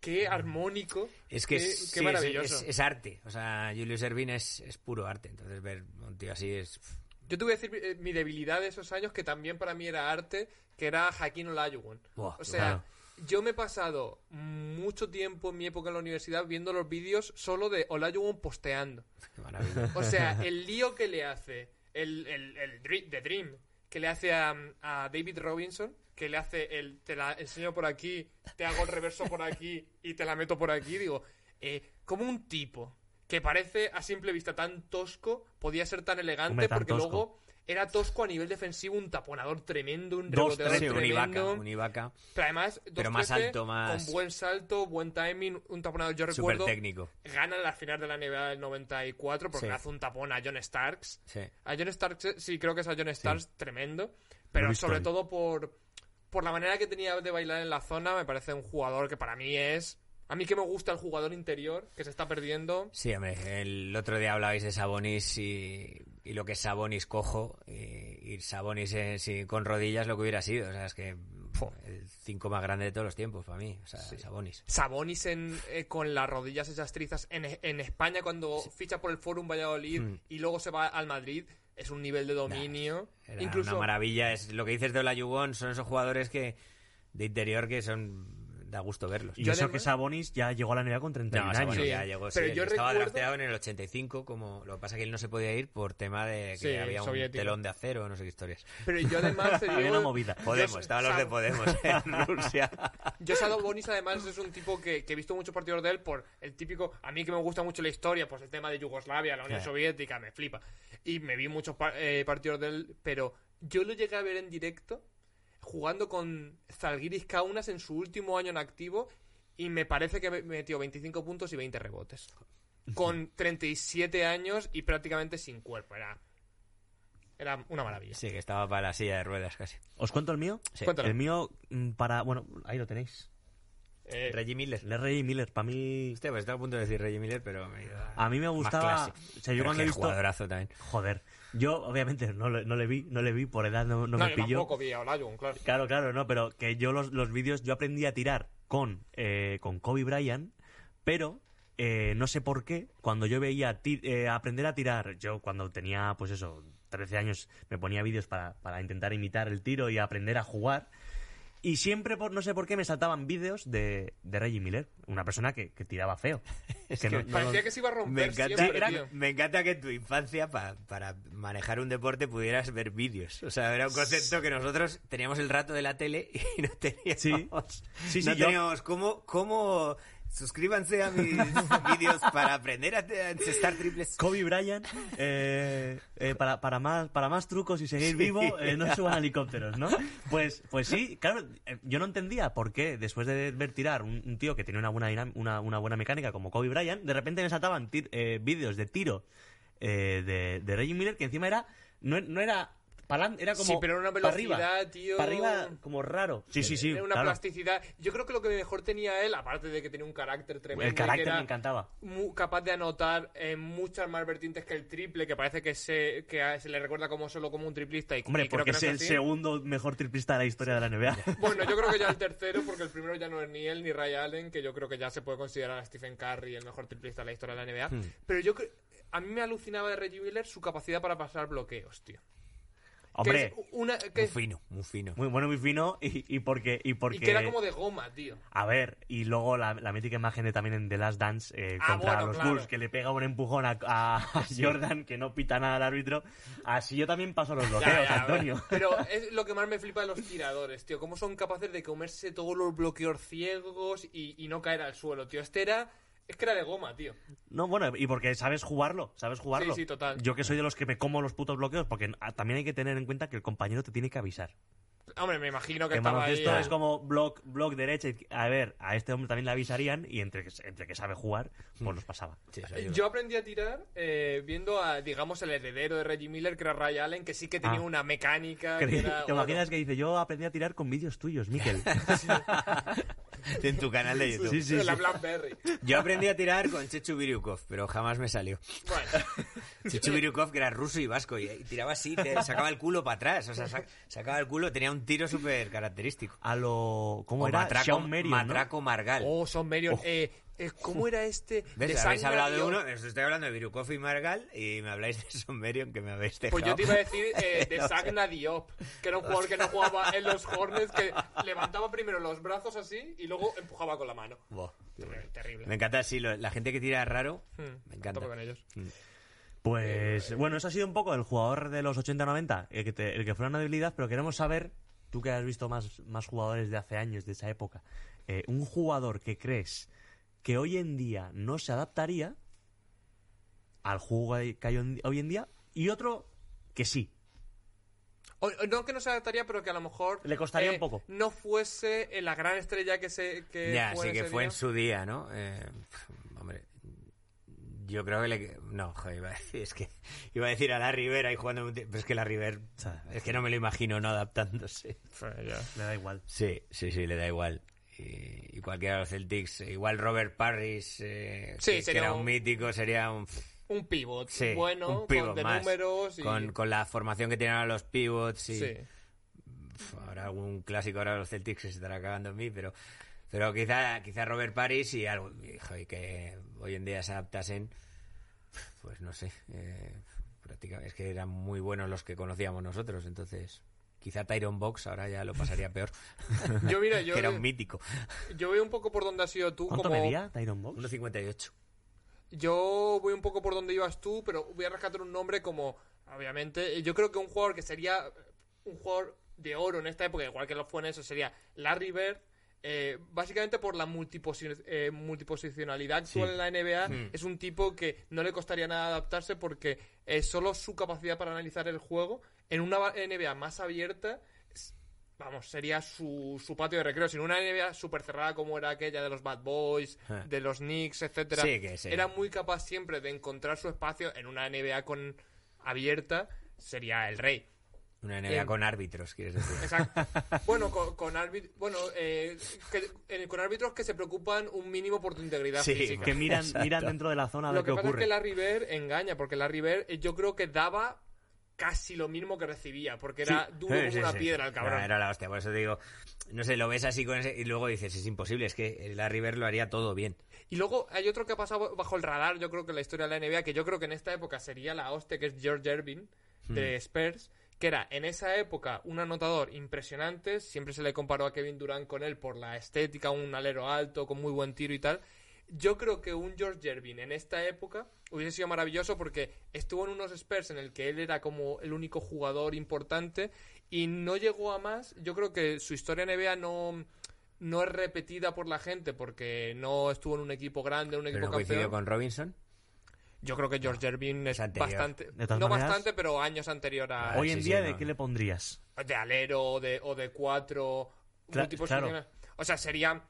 B: Qué armónico,
C: Es que
B: qué,
C: es,
B: qué
C: sí, es-
B: maravilloso.
C: es- es arte. O sea, Julio Servín es, es puro arte. Entonces, ver a un tío así es.
B: Yo te voy a decir eh, mi debilidad de esos años, que también para mí era arte, que era Jaquín Olajuwon.
C: Buah,
B: o sea,
A: claro.
B: yo me he pasado mucho tiempo en mi época en la universidad viendo los vídeos solo de Olajuwon posteando.
C: Qué maravilla.
B: O sea, el lío que le hace, el, el, el dri- The Dream, que le hace a, a David Robinson, que le hace el te la enseño por aquí, te hago el reverso por aquí y te la meto por aquí, digo, eh, como un tipo que parece a simple vista tan tosco, podía ser tan elegante
A: Hombre, tan
B: porque
A: tosco.
B: luego era tosco a nivel defensivo, un taponador tremendo, un
A: Dos,
B: reboteador
A: tres,
C: Sí, un Ibaka,
B: tremendo.
C: un Ibaka
B: Pero además,
C: Pero más
B: 2-13,
C: alto, más-
B: Con buen salto, buen timing, un taponador. Yo
C: súper
B: recuerdo,
C: técnico.
B: gana la final de la NBA del 94 porque
C: Sí.
B: hace un tapón a John Starks.
C: Sí.
B: A John Starks, eh, sí, creo que es a John Starks, tremendo. Pero
A: visto
B: sobre
A: hoy.
B: todo por, por la manera que tenía de bailar en la zona, me parece un jugador que para mí es... A mí que me gusta el jugador interior, que se está perdiendo.
C: Sí, hombre, el otro día hablabais de Sabonis y, y lo que es Sabonis cojo y, y Sabonis eh, si- con rodillas lo que hubiera sido. O sea, es que puf, el 5 más grande de todos los tiempos para mí, o sea, Sabonis.
B: Sabonis en- eh, con las rodillas esas trizas en, en España cuando ficha por el Forum Valladolid
C: Mm.
B: y luego se va al Madrid. Es un nivel de dominio.
C: Era una
B: Incluso
C: maravilla. Es, lo que dices de Olayugón son esos jugadores que de interior que son da gusto verlos.
A: Y
B: Yo
A: eso
B: además-
A: que Sabonis ya llegó a la NBA con 31
C: No,
A: años.
C: Sabonis
B: Sí.
C: ya llegó, sí,
B: Pero
C: él
B: yo
C: estaba
B: recuerdo-
C: drafteado en el 85, como lo que pasa es que él no se podía ir por tema de que
B: Sí,
C: había un
B: soviético.
C: telón de acero, no sé qué historias.
B: Pero yo además te
A: Había
B: digo-
A: una movida.
C: Podemos,
B: Yo-
C: estaban los de
B: Sab-
C: Podemos en Rusia.
B: Yo Sabonis además es un tipo que, que he visto muchos partidos de él por el típico... A mí que me gusta mucho la historia, pues el tema de Yugoslavia, la Unión
C: Claro.
B: Soviética, me flipa. Y me vi muchos pa- eh, partidos de él, pero yo lo llegué a ver en directo jugando con Zalgiris Kaunas en su último año en activo y me parece que me- metió 25 puntos y 20 rebotes. Con 37 años y prácticamente sin cuerpo. Era, era una maravilla.
C: Sí, que estaba para la silla de ruedas casi.
A: ¿Os cuento el mío?
C: Sí.
B: Cuéntalo.
A: El mío mm, para... Bueno, ahí lo tenéis.
B: Eh,
C: Reggie Miller.
A: El R.J. Miller, para mí...
C: Hostia, pues estaba a punto de decir Reggie Miller, pero me he ido
A: A mí me
C: más
A: gustaba...
C: clásico.
A: O sea, yo
C: Pero
A: cuando
C: que
A: he
C: el
A: visto...
C: jugadorazo también.
A: Joder. Yo, obviamente, no le, no le vi, no le vi, por edad no, no
B: no,
A: me
B: yo
A: pilló.
B: tampoco vi a Olajuwon, claro.
A: Claro, claro, no, pero que yo los, los vídeos, yo aprendí a tirar con, eh, con Kobe Bryant, pero eh, no sé por qué, cuando yo veía ti- eh, aprender a tirar, yo cuando tenía, pues eso, 13 años, me ponía vídeos para, para intentar imitar el tiro y aprender a jugar. Y siempre, por no sé por qué, me saltaban vídeos de, de Reggie Miller, una persona que, que tiraba feo. que no-
C: que-
A: no lo-
B: Parecía que se iba a romper
C: Me encanta,
B: siempre,
C: era-
B: tío.
C: me encanta que en tu infancia, pa- para manejar un deporte, pudieras ver vídeos. O sea, era un concepto que nosotros teníamos el rato de la tele y no teníamos.
A: Sí. Sí, sí,
C: no
A: yo-
C: teníamos. ¿Cómo.? cómo Suscríbanse a mis vídeos para aprender a a encestar triples.
A: Kobe Bryant, eh, eh, para, para, más, para más trucos y seguir vivo, eh, no suban a helicópteros, ¿no? Pues, pues sí, claro, eh, yo no entendía por qué después de ver tirar un, un tío que tenía una buena, dinam- una, una buena mecánica como Kobe Bryant, de repente me saltaban tir- eh, vídeos de tiro eh, de, de Reggie Miller, que encima era no, no era... palan- Era como
B: Sí, pero era una
A: para arriba,
B: velocidad, tío.
A: Para arriba, como raro. Sí, sí, sí.
B: Era una
A: claro.
B: plasticidad. Yo creo que lo que mejor tenía él, aparte de que tenía un carácter tremendo,
A: El
B: y que
A: carácter
B: era
A: me encantaba.
B: mu- capaz de anotar en muchas más vertientes que el triple, que parece que se, que a- se le recuerda como solo como un triplista. Y,
A: Hombre,
B: y creo
A: porque
B: que no
A: es el
B: así.
A: segundo mejor triplista de la historia de la NBA.
B: Bueno, yo creo que ya el tercero, porque el primero ya no es ni él ni Ray Allen, que yo creo que ya se puede considerar a Stephen Curry el mejor triplista de la historia de la NBA.
A: Hmm.
B: Pero yo cre- a mí me alucinaba de Reggie Miller su capacidad para pasar bloqueos, tío.
A: Hombre,
B: que es una, que
C: Muy
B: es-
C: fino, muy fino.
A: muy bueno, muy fino y, y porque... Y porque
B: y que era como de goma, tío.
A: A ver, y luego la, la mítica imagen de también en The Last Dance eh,
B: Ah,
A: contra
B: bueno,
A: los
B: claro.
A: Bulls, que le pega un empujón a, a Jordan, que no pita nada al árbitro. Así yo también paso los
B: Ya,
A: bloqueos,
B: ya,
A: Antonio.
B: Pero es lo que más me flipa de los tiradores, tío. Cómo son capaces de comerse todos los bloqueos ciegos y, y no caer al suelo, tío. Este era... Es que era de goma, tío.
A: No, bueno, y porque sabes jugarlo, sabes jugarlo.
B: Sí, sí, total.
A: Yo que soy de los que me como los putos bloqueos, porque ah, también hay que tener en cuenta que el compañero te tiene que avisar.
B: Hombre, me imagino que
A: Que en
B: estaba ahí... eh.
A: baloncesto es como block, block derecha. izquier- A ver, a este hombre también le avisarían y entre que, entre que sabe jugar, pues nos pasaba.
C: Sí, eso
B: Eh,
C: ayuda.
B: Yo aprendí a tirar eh, viendo a, digamos, el heredero de Reggie Miller, que era Ray Allen, que sí que tenía
A: Ah.
B: una mecánica. que
A: ¿Te
B: era- bueno,
A: imaginas que dice, yo aprendí a tirar con vídeos tuyos, Miquel?
C: En tu canal de YouTube.
A: Sí, sí,
B: la
A: sí.
B: Blackberry.
C: Yo aprendí a tirar con Chechu Virukov, pero jamás me salió.
B: Bueno,
C: Chechu Virukov, que era ruso y vasco, y, y tiraba así, te- sacaba el culo para atrás. O sea, sac- sacaba el culo, tenía un tiro súper característico.
A: a lo... ¿Cómo
C: O
A: era?
C: Matraco,
A: Shawn Marion, ¿no?
C: Matraco Margal.
B: oh, son Marion. Eh, eh, ¿Cómo era este? de
C: ¿Ves? Habéis
B: Sangre
C: hablado de
B: Dios?
C: uno, os estoy hablando de Virukov y Margal y me habláis de Sommerion que me habéis dejado.
B: Pues yo te iba a decir eh, de
C: No sé.
B: Sagna Diop, que era un jugador que no jugaba en los Hornets, que levantaba primero los brazos así y luego empujaba con la mano.
C: Buah.
B: Terrible.
C: Me encanta, sí, lo- la gente que tira raro,
B: Hmm,
C: me encanta.
B: tope con ellos.
A: Pues bueno, eso ha sido un poco el jugador de los 80-90, el que, te- el que fue una debilidad, pero queremos saber tú que has visto más, más jugadores de hace años, de esa época, eh, un jugador que crees que hoy en día no se adaptaría al juego que hay hoy en- hoy en día y otro que sí.
B: O- o no que no se adaptaría, pero que a lo mejor. eh,
A: Le costaría un poco.
B: No fuese eh, la gran estrella que se. Que
C: Ya,
B: fue
C: sí
B: en
C: que
B: ese
C: fue
B: día.
C: en su día, ¿no? Eh, hombre, yo creo que le... No, joder, iba a decir, es que iba a decir a la River ahí jugando... un ti- Pero es que la River... Es que no me lo imagino no adaptándose.
A: Me da igual.
C: Sí, sí, sí, le da igual. Y, y cualquiera de los Celtics, igual Robert Parrish, eh,
B: Sí,
C: que- que,
B: sería
C: era un,
B: un-
C: mítico, sería un,
B: Un pivot
C: sí,
B: bueno,
C: un pivot
B: con de
C: más.
B: números. Y...
C: Con, con la formación que tienen ahora los pivots y
B: Sí.
C: pf, habrá algún clásico ahora de los Celtics que se estará cagando en mí, pero pero quizá quizá Robert Parrish y algo y, joder, que hoy en día se adaptasen, pues no sé, eh, prácticamente es que eran muy buenos los que conocíamos nosotros, entonces quizá Tyron Box ahora ya lo pasaría peor,
B: Yo, mira, yo,
C: que era un mítico.
B: yo veo un poco por dónde has sido tú.
A: ¿Cuánto
B: como...
A: medía Tyron Box?
C: 1.58.
B: Yo voy un poco por donde ibas tú, pero voy a rescatar un nombre como, obviamente, yo creo que un jugador que sería un jugador de oro en esta época, igual que lo fue en eso, sería Larry Bird. eh, básicamente por la multiposi- eh, multiposicionalidad actual
A: Sí.
B: en la NBA, es un tipo que no le costaría nada adaptarse porque eh, solo su capacidad para analizar el juego en una ba- NBA más abierta Vamos, sería su, su patio de recreo. Sin una NBA súper cerrada como era aquella de los Bad Boys,
C: Ah.
B: de los Knicks, etcétera
C: Sí, que sí.
B: Era muy capaz siempre de encontrar su espacio en una NBA con abierta. Sería el rey.
C: Una NBA
B: Bien.
C: con árbitros, quieres decir.
B: Exacto. bueno, con, con, árbit- bueno eh, que- eh, con árbitros que se preocupan un mínimo por tu integridad
C: Sí,
B: física.
A: Que miran,
C: Exacto.
A: miran dentro de la zona de
B: Lo
A: lo
B: que
A: que
B: pasa es que
A: ocurre.
B: la River engaña, porque la River eh, yo creo que daba casi lo mismo que recibía, porque era duro
C: Sí,
B: como
C: sí,
B: una
C: sí.
B: piedra el cabrón.
C: Era, era la hostia, por eso te digo, no sé, lo ves así con ese y luego dices, es imposible, es que el River lo haría todo bien.
B: Y luego hay otro que ha pasado bajo el radar, yo creo que en la historia de la NBA, que yo creo que en esta época sería la hostia, que es George Irving, de Spurs, que era en esa época un anotador impresionante, siempre se le comparó a Kevin Durant con él por la estética, un alero alto, con muy buen tiro y tal. Yo creo que un George Irving en esta época hubiese sido maravilloso porque estuvo en unos Spurs en el que él era como el único jugador importante y no llegó a más. Yo creo que su historia en NBA no, no es repetida por la gente porque no estuvo en un equipo grande, un
C: Pero
B: equipo
C: no coincidió
B: campeón.
C: con Robinson.
B: Yo creo que George Irving es,
C: Es anterior.
B: bastante,
A: De
B: no
A: todas maneras-
B: bastante, pero años anterior a
A: Hoy en
C: Sí, sí,
A: día,
C: no,
A: ¿de
C: no.
A: qué le pondrías?
B: de alero o de, o de cuatro
A: Cla-
B: múltiples
A: claro.
B: funciones. O sea, sería.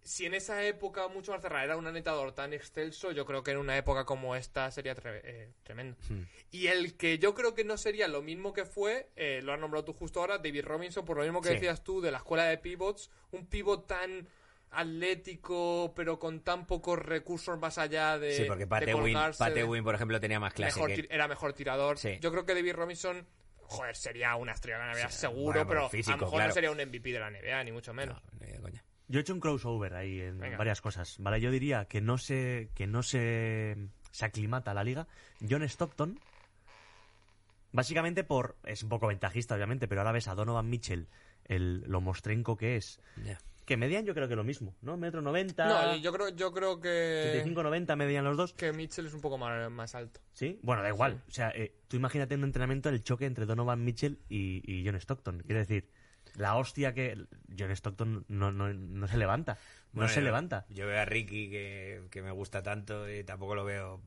B: Si en esa época mucho más cerrada era un anotador tan excelso, yo creo que en una época como esta sería tre- eh, tremendo.
C: Hmm.
B: Y el que yo creo que no sería lo mismo que fue, eh, lo has nombrado tú justo ahora, David Robinson, por lo mismo que
C: Sí.
B: decías tú de la escuela de pivots, un pivot tan atlético, pero con tan pocos recursos más allá de.
C: sí, porque
B: de
C: Pate Win,
B: colgarse,
C: Pate
B: de-
C: Win, por ejemplo, tenía más clase
B: mejor
C: que
B: tir- era mejor tirador.
C: Sí.
B: Yo creo que David Robinson, joder, sería una estrella de la NBA
C: Sí,
B: seguro,
C: bueno, por
B: pero
C: físico,
B: a lo mejor
C: claro.
B: no sería un MVP de la NBA, ni mucho menos.
C: No, no, de coña.
A: Yo he hecho un crossover ahí en
B: Venga.
A: varias cosas. Vale, yo diría que no se, que no se, se aclimata a la liga. John Stockton, básicamente por. Es un poco ventajista, obviamente, pero ahora ves a Donovan Mitchell, el, lo mostrenco que es.
C: Ya.
A: Que median yo creo que lo mismo, ¿no? Metro
B: No,
A: 90,
B: yo eh, creo, yo creo que,
A: 85-90 median los dos.
B: que Mitchell es un poco más, más alto.
A: Sí, bueno, da igual. O sea, eh, tú imagínate en un entrenamiento el choque entre Donovan Mitchell y, y John Stockton. Quiere decir, la hostia que. John Stockton no, no, no se levanta. No
C: Bueno,
A: se
C: yo-
A: levanta.
C: Yo veo a Ricky, que, que me gusta tanto, y tampoco lo veo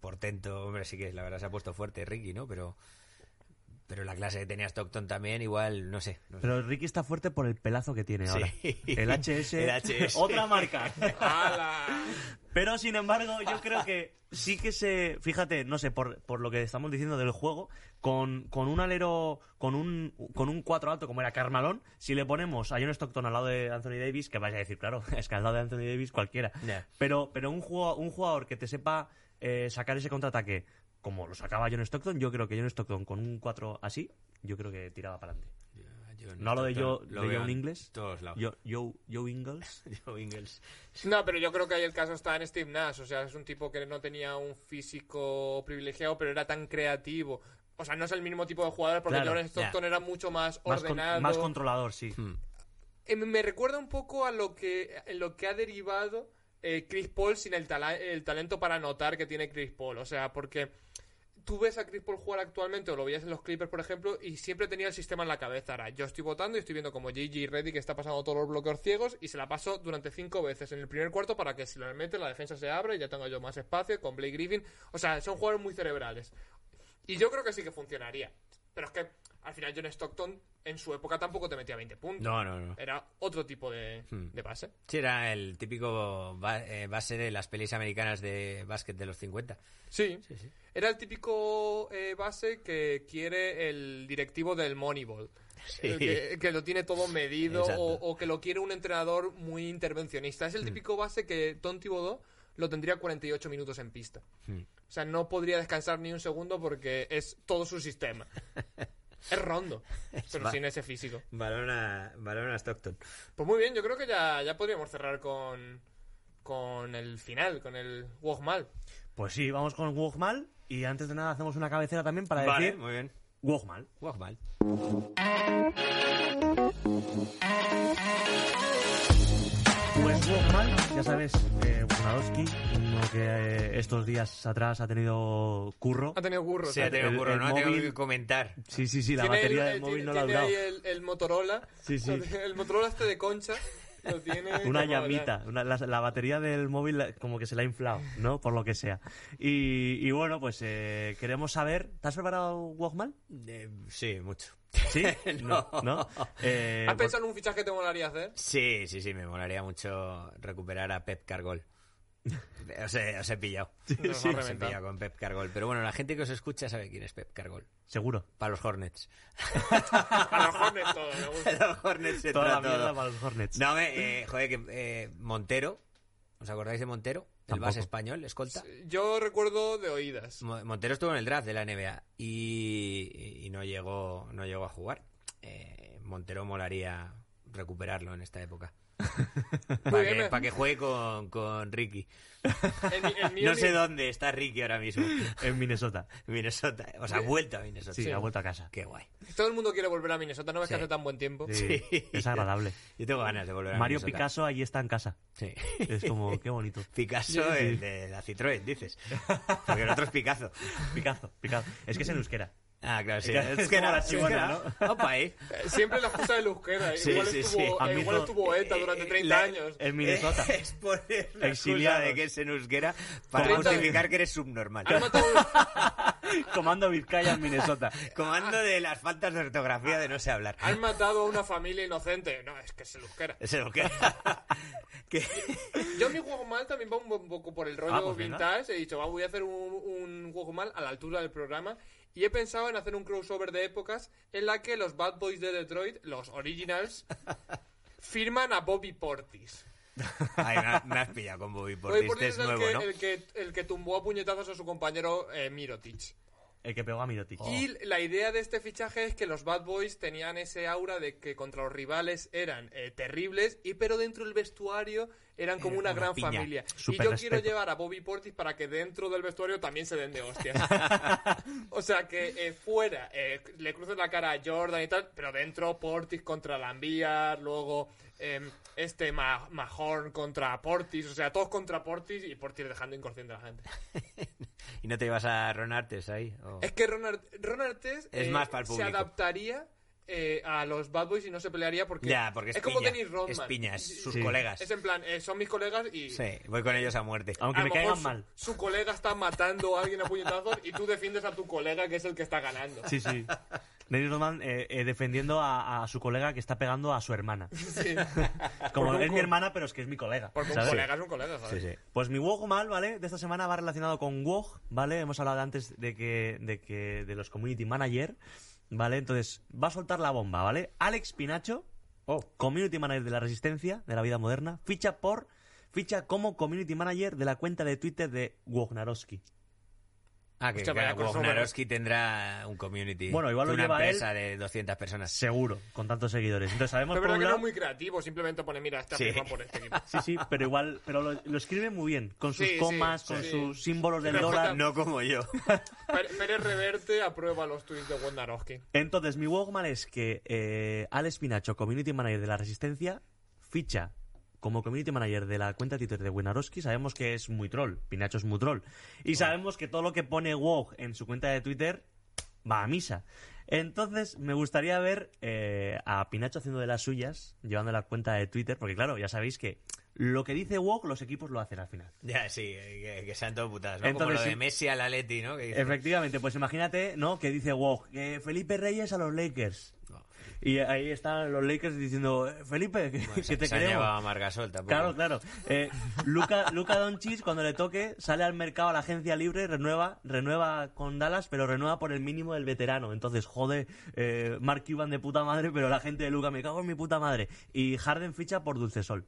C: portento. Hombre, sí que la verdad se ha puesto fuerte Ricky, ¿no? Pero, pero la clase que tenía Stockton también, igual, no sé. No sé.
A: Pero Ricky está fuerte por el pelazo que tiene
C: Pues Sí.
A: ahora. El HS.
C: El HS.
A: Otra marca.
B: ¡Hala!
A: Pero sin embargo, yo creo que sí que se. Fíjate, no sé, por, por lo que estamos diciendo del juego, con, con un alero. Con un, con un 4 alto como era Carmalón, si le ponemos a John Stockton al lado de Anthony Davis, que vais a decir, claro, es que al lado de Anthony Davis cualquiera.
C: Ya.
A: Pero, pero un, jugador, un jugador que te sepa eh, sacar ese contraataque como lo sacaba John Stockton, yo creo que John Stockton con un 4 así, yo creo que tiraba para adelante.
C: Yo
A: No hablo de
C: Stockton
A: Joe,
C: lo
A: de
C: veo
A: John
C: en
A: Ingles.
C: Todos lados.
A: Yo- Joe, Joe Ingles.
C: Joe Ingles.
B: No, pero yo creo que ahí el caso está en Steve Nash. O sea, es un tipo que no tenía un físico privilegiado, pero era tan creativo. O sea, no es el mismo tipo de jugador porque
A: Claro,
B: John Stockton
C: ya.
B: era mucho más
A: Más, con-
B: ordenado.
A: más controlador, sí.
C: Hmm.
B: Eh, me- me recuerda un poco a lo que, a lo que ha derivado eh, Chris Paul sin el, tala- el talento para anotar que tiene Chris Paul. O sea, porque tú ves a Chris Paul jugar actualmente, o lo veías en los Clippers, por ejemplo, y siempre tenía el sistema en la cabeza. Ahora, yo estoy votando y estoy viendo como Gigi Reddy que está pasando todos los bloqueos ciegos y se la paso durante cinco veces en el primer cuarto para que si lo mete la defensa se abre y ya tengo yo más espacio con Blake Griffin. O sea, son jugadores muy cerebrales. Y yo creo que sí que funcionaría. Pero es que al final John Stockton en su época tampoco te metía 20 puntos.
C: No, no, no.
B: Era otro tipo de,
C: Hmm.
B: de base.
C: Sí, era el típico ba- eh, base de las pelis americanas de básquet de los 50.
B: Sí. Era el típico eh, base que quiere el directivo del Moneyball. El Que, que lo tiene todo medido
C: Exacto. Hmm.
B: o, o que lo quiere un entrenador muy intervencionista. Es el típico base que Tom Thibodeau lo tendría 48 minutos en pista.
C: Hmm.
B: O sea, no podría descansar ni un segundo porque es todo su sistema. es rondo, pero
C: va-
B: sin ese físico.
C: Balón a, balón a Stockton.
B: Pues muy bien, yo creo que ya, ya podríamos cerrar con, con el final, con el Wogmal.
A: Pues sí, vamos con Wogmal y antes de nada hacemos una cabecera también para
C: Vale,
A: decir
C: muy bien.
A: Wogmal.
C: Wagmal.
A: Pues Wogmal, ya sabes, eh, Wojnarowski, uno que eh, estos días atrás ha tenido curro.
B: Ha tenido curro.
C: Se
B: ¿sabes?
C: te
A: el-
C: ocurre,
A: el
C: no tengo
A: móvil-
C: que comentar.
A: Sí, sí, sí, la
B: Tiene
A: batería
B: el-
A: del
B: eh,
A: móvil
B: tiene-
A: no la ha
B: tiene
A: durado.
B: ahí el, el Motorola.
A: Sí, sí.
B: Lo tiene- El Motorola este de concha. Lo tiene ¿eh?
A: Una
B: como, ya.
A: llamita, una- la, la batería del móvil la- como que se la ha inflado, ¿no? Por lo que sea. Y, y bueno, pues eh, queremos saber... ¿Te has preparado Wogmal?
C: Eh, sí, mucho.
A: ¿Sí?
C: No.
A: ¿No? Eh,
B: ¿Has
A: pues-
B: pensado en un fichaje que te molaría hacer?
C: Sí, sí, sí, me molaría mucho recuperar a Pep Cargol. Os he, os he pillado.
B: Nos
C: Os
B: va a
C: he
B: reventar.
C: pillado con Pep Cargol. Pero bueno, la gente que os escucha sabe quién es Pep Cargol.
A: Seguro.
C: Para los Hornets.
B: A los Hornets todo, me gusta.
C: Para los Hornets se
A: Toda la
C: entra todo.
A: mierda para los Hornets.
C: No, me, eh, joder, que eh, Montero. ¿Os acordáis de Montero? El
A: Tampoco.
C: base español, escolta.
B: Yo recuerdo de oídas.
C: Mo- Montero estuvo en el draft de la NBA y, y no, llegó, no llegó a jugar. Eh, Montero molaría recuperarlo en esta época. Para
B: bien,
C: que,
B: me-
C: pa' que juegue con, con Ricky.
B: El, mi- el mío
C: No
B: ni-
C: sé dónde está Ricky ahora mismo.
A: En Minnesota.
C: Minnesota. O sea, ha vuelto a Minnesota.
A: Sí, ha vuelto a casa.
C: Qué guay.
B: Todo el mundo quiere volver a Minnesota, no ves que
C: Sí.
B: hace tan buen tiempo.
A: Sí,
C: Sí.
A: Es agradable.
C: Yo tengo ganas de volver a
A: Mario
C: Minnesota.
A: Picasso allí está en casa.
C: Sí.
A: Es como, qué bonito.
C: Picasso,
A: Sí, sí.
C: el de la Citroën, dices. Porque el otro es Picasso.
A: Picasso, Picasso. Es que es en euskera.
C: Ah, claro, sí.
A: Es que- es como la chibona,
C: ¿no? Opa, eh.
B: Eh, Siempre la excusa de euskera.
C: Sí,
B: igual,
C: sí,
B: estuvo,
C: sí.
B: eh,
A: A mí
B: igual
A: no-
B: estuvo ETA durante
C: Eh,
B: 30
C: la-
B: años.
A: En Minnesota.
C: Es poner la excusa
A: Exiliados.
C: de que es en euskera para
B: Treinta-
C: justificar que eres subnormal.
B: Han matado un-
A: Comando Vizcaya en Minnesota.
C: Comando de las faltas de ortografía de no sé hablar.
B: han matado a una familia inocente. No, es que es el euskera.
C: Es euskera. Que-
B: Yo mi juego mal también va un po- poco por el rollo
A: Ah, pues venga.
B: vintage. He dicho, va, voy a hacer un, un juego mal a la altura del programa. Y he pensado en hacer un crossover de épocas en la que los Bad Boys de Detroit, los originals, firman a Bobby Portis.
C: Ay, me, ha- me has pillado con Bobby
B: Bobby Portis
C: Portis. Este
B: es
C: es
B: el,
C: nuevo,
B: que,
C: ¿no?
B: el, que, el que tumbó a puñetazos a su compañero eh, Mirotic.
A: El que pegó a Mirotic.
B: Y la idea de este fichaje es que los Bad Boys tenían ese aura de que contra los rivales eran eh, terribles, y pero dentro del vestuario eran como
C: Era
B: una,
C: una
B: gran
C: piña.
B: familia. Y
A: Súper
B: yo
A: respeto.
B: quiero llevar a Bobby Portis para que dentro del vestuario también se den de hostias. o sea, que eh, fuera eh, le cruces la cara a Jordan y tal, pero dentro Portis contra Lambiar, luego eh, este Ma- Mahorn contra Portis, o sea, todos contra Portis y Portis dejando inconsciente a la gente.
C: ¿Y no te ibas a Ron Artes ahí? o-
B: Es que Ron, Art- Ron Artes eh,
C: Es más pa'l
B: se
C: público.
B: adaptaría eh, a los Bad Boys y no se pelearía porque,
C: Ya, porque es,
B: como
C: piña.
B: Dennis Rodman.
C: Es piña, es sus
A: Sí.
C: colegas.
B: Es en plan, eh, son mis colegas y...
C: Sí, voy con ellos a muerte.
A: Aunque-
B: a
A: me
B: lo
A: caigan
B: mejor su,
A: mal.
B: su colega está matando a alguien a puñetazos y tú defiendes a tu colega que es el que está ganando.
A: Sí, sí. Dennis Rodman eh, eh, defendiendo a, a su colega que está pegando a su hermana.
B: Sí.
A: Como
B: Porque un
A: es
B: co-
A: mi hermana, pero es que es mi colega.
B: Porque un
A: ¿sabes?
B: colega es un colega,
C: Sí,
B: ¿sabes?
C: sí.
A: Pues mi WOG mal, ¿vale? De esta semana va relacionado con WOG, ¿vale? Hemos hablado antes de que, de que de los community manager, ¿vale? Entonces, va a soltar la bomba, ¿vale? Alex Pinacho,
C: Oh.
A: community manager de la resistencia, de la vida moderna, ficha por ficha como community manager de la cuenta de Twitter de Wognarowski.
C: Ah, que
B: Hostia, vaya
C: cada
B: crossover. ¿eh?
C: Wojnarowski tendrá un community.
A: Bueno, igual lo
C: una
A: lleva él.
C: empresa de 200 personas.
A: Seguro, con tantos seguidores. Entonces, sabemos
B: Pero es
A: por
B: verdad
A: un
B: que no
A: lado-
B: es muy creativo, simplemente pone, mira, está
C: Sí.
B: firma por este equipo.
A: Sí, sí, pero igual, pero lo, lo escribe muy bien, con sus
B: Sí, sí,
A: comas, con
B: sí.
A: sus símbolos del
B: Pero
A: dólar.
C: No como yo.
B: Pérez- Pérez Reverte aprueba los tweets de Wondarowski.
A: Entonces, mi Walkman es que eh, Alex Pinacho, Community Manager de la Resistencia, ficha como community manager de la cuenta de Twitter de Winarowski, sabemos que es muy troll. Pinacho es muy troll. Y sabemos que todo lo que pone WoW en su cuenta de Twitter va a misa. Entonces, me gustaría ver eh, a Pinacho haciendo de las suyas, llevando la cuenta de Twitter, porque claro, ya sabéis que lo que dice WoW, los equipos lo hacen al final.
C: Ya, sí, que, que sean todo putas. ¿no? Como
A: Entonces,
C: lo de
A: sí.
C: Messi al Atleti, ¿no? Que dice-
A: Efectivamente, pues imagínate, ¿no? Que dice WoW, que Felipe Reyes a los Lakers. Y ahí están los Lakers diciendo, "Eh, Felipe, que, que
C: se,
A: te
C: se han llevado a
A: queremos.
C: Margasol tampoco.
A: Claro, claro. Eh, Luca, Luca Doncic, cuando le toque, sale al mercado a la agencia libre, renueva, renueva con Dallas, pero renueva por el mínimo del veterano. Entonces, jode, eh, Mark Cuban de puta madre, pero la gente de Luca me cago en mi puta madre. Y Harden ficha por Dulce Sol.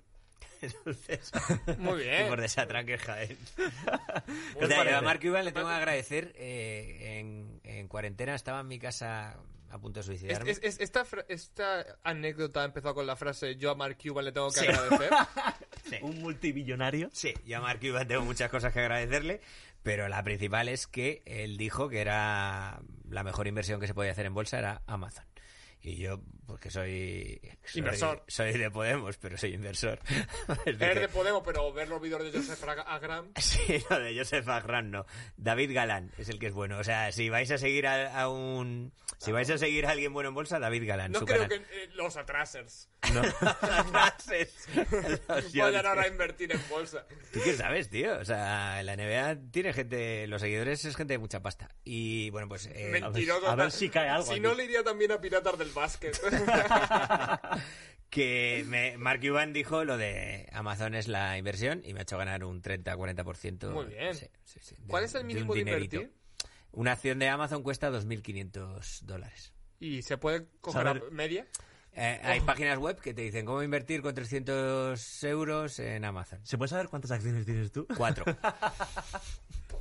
C: Entonces,
B: Muy bien.
C: y por desatranque, joder.
B: Muy
C: O sea, yo a
A: parece.
C: Mark Cuban le tengo que agradecer. eh, en, en cuarentena estaba en mi casa a punto de
B: Es-
C: suicidarme.
B: es- es- esta, fra- esta anécdota ha empezado con la frase yo a Mark Cuban le tengo que
C: Sí.
B: agradecer.
C: Sí.
A: Un multimillonario.
C: Sí, yo a Mark Cuban tengo muchas cosas que agradecerle, pero la principal es que él dijo que era la mejor inversión que se podía hacer en bolsa era Amazon. Y yo, porque soy... soy-
B: Inversor.
C: Soy de Podemos, pero soy inversor. Pues
B: Eres
C: dije,
B: de Podemos, pero ver los vídeos de Joseph Ra- Agram.
C: Sí, lo de Joseph Agran no. David Galán es el que es bueno. O sea, si vais a seguir a, a un... Si vais a seguir a alguien bueno en bolsa, David Galán.
B: No
C: su
B: creo
C: canal.
B: que eh, los atrasers
C: Las frases, los
B: vayan
C: Jones.
B: ahora a invertir en bolsa.
C: ¿Tú qué sabes, tío? O sea, en la NBA tiene gente... Los seguidores es gente de mucha pasta. Y, bueno, pues... eh,
B: Mentiroso.
A: a ver si cae algo
B: Si
A: aquí.
B: no, le iría también a Piratas del Básquet.
C: que me- Mark Cuban dijo lo de Amazon es la inversión y me ha hecho ganar un 30-40%.
B: Muy bien.
C: Sí, sí, sí, de-
B: ¿Cuál es el
C: un
B: mínimo de
C: dinerito.
B: invertir?
C: Una acción de Amazon cuesta 2.500 dólares.
B: ¿Y se puede coger
A: Saber-
B: a media?
C: Eh, hay páginas web que te dicen cómo invertir con 300 euros en Amazon.
A: ¿Se puede saber cuántas acciones tienes tú?
C: Cuatro.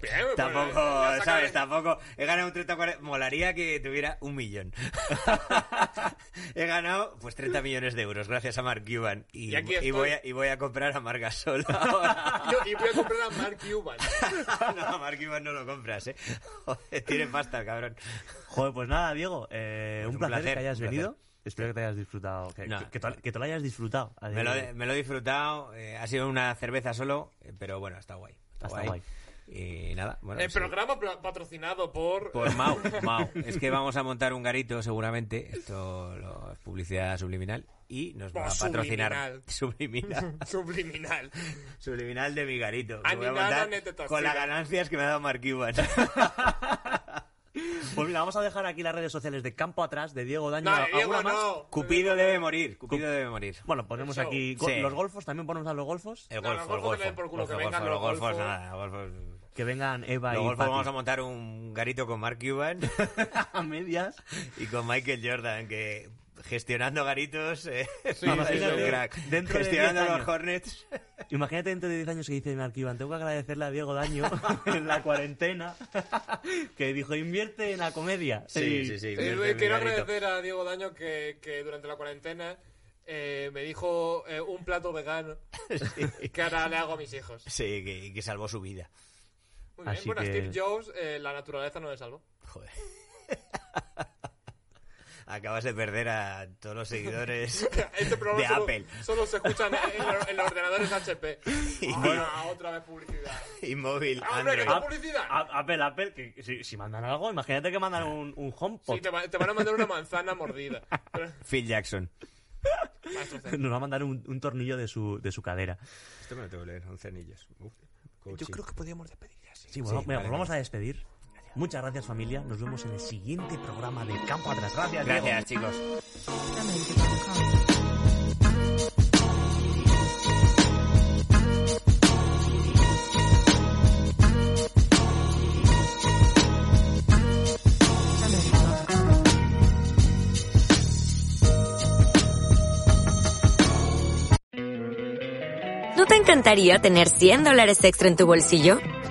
B: Bien, pues,
C: tampoco,
B: ya sacaré-
C: ¿sabes? Tampoco. He ganado un 30 40. Molaría que tuviera un millón. He ganado pues 30 millones de euros gracias a Mark Cuban. Y,
B: Y aquí estoy.
C: voy, a, y voy a comprar a Marc Sol ahora.
B: Yo- y voy a comprar a Mark Cuban.
C: no, a Mark Cuban no lo compras, ¿eh? Joder, tiene pasta, el cabrón.
A: Joder, pues nada, Diego, eh, un,
C: Pues un
A: placer,
C: placer,
A: que hayas
C: un placer.
A: venido. Espero que te hayas disfrutado. Que,
C: No.
A: que- que te, que te lo hayas disfrutado.
C: Me lo,
A: Adiós.
C: me lo he disfrutado. eh, ha sido una cerveza solo, eh, pero bueno, está guay. Está
A: Ha estado guay.
C: Y nada, bueno.
B: El
C: sí.
B: programa pro- patrocinado por...
C: Por Mau, Mau. Es que vamos a montar un garito seguramente. Esto lo- es publicidad subliminal. Y nos va
B: Oh,
C: a patrocinar.
B: subliminal.
C: Subliminal.
B: Subliminal.
C: Subliminal de mi garito. que voy a
B: Animal
C: montar
B: anécdota,
C: con
B: sí.
C: las ganancias que me ha dado Mark Cuban.
A: Pues mira, vamos a dejar aquí las redes sociales de Campo Atrás, de Diego Daño.
B: No,
A: ¿Alguna
B: Diego
A: más?
B: no.
C: Cupido debe morir. Cupido debe morir.
A: Bueno, ponemos
B: El show.
A: aquí go-
C: Sí.
A: los golfos, también ponemos a los golfos.
C: El
B: No, los
C: golfo, el
B: golfos que le
C: golfo.
B: den por culo, que
C: Golfo,
B: vengan
C: golfo,
B: los
C: los golfos,
B: golfos.
C: nada, golfos.
A: Que vengan Eva
C: Los
A: y
C: golfos
A: Pati.
C: vamos a montar un garito con Mark Cuban
A: a medias.
C: y con Michael Jordan, que gestionando garitos eh,
B: Sí,
C: es
A: imagínate,
C: un crack.
A: dentro de
C: gestionando
A: 10
C: los
A: años.
C: Hornets.
A: Imagínate dentro de 10 años que dice Mark Ivan, tengo que agradecerle a Diego Daño en la cuarentena, que dijo, invierte en la comedia. Y-
B: Eh,
C: invierte en mi
B: quiero
C: garito.
B: agradecer a Diego Daño que, que durante la cuarentena eh, me dijo eh, un plato vegano que ahora le hago a mis hijos.
C: Sí, que, que salvó su vida.
B: Muy bien.
A: Así
B: bueno,
A: que-
B: Steve Jobs, eh, la naturaleza no le salvó.
C: Joder. Acabas de perder a todos los seguidores
B: Este programa
C: de
B: solo,
C: Apple.
B: solo se escucha en, en los- en los ordenadores HP.
C: Y-
B: Ah, otra vez publicidad.
C: Y móvil,
B: Ah, hombre, que
C: Android.
B: no- publicidad.
A: A- Apple, Apple, que si, si mandan algo, imagínate que mandan un, un pues HomePod.
B: Sí, te, va- te van a mandar una manzana mordida.
C: Phil Jackson.
B: Maestro Zen.
A: Nos va a mandar un, un tornillo de su, de su cadera.
C: Esto me lo tengo que leer, 11 anillos.
B: Yo creo que podíamos despedir ya. sí.
A: Sí, bueno,
C: Sí,
A: mira,
C: vale,
A: pues vamos a despedir. Muchas gracias familia, nos vemos en el siguiente programa de Campo Atrás. Gracias, Diego.
C: Gracias, chicos.
D: Amazing.com. Amazing.com.
E: ¿No te encantaría tener 100 dólares extra en tu bolsillo?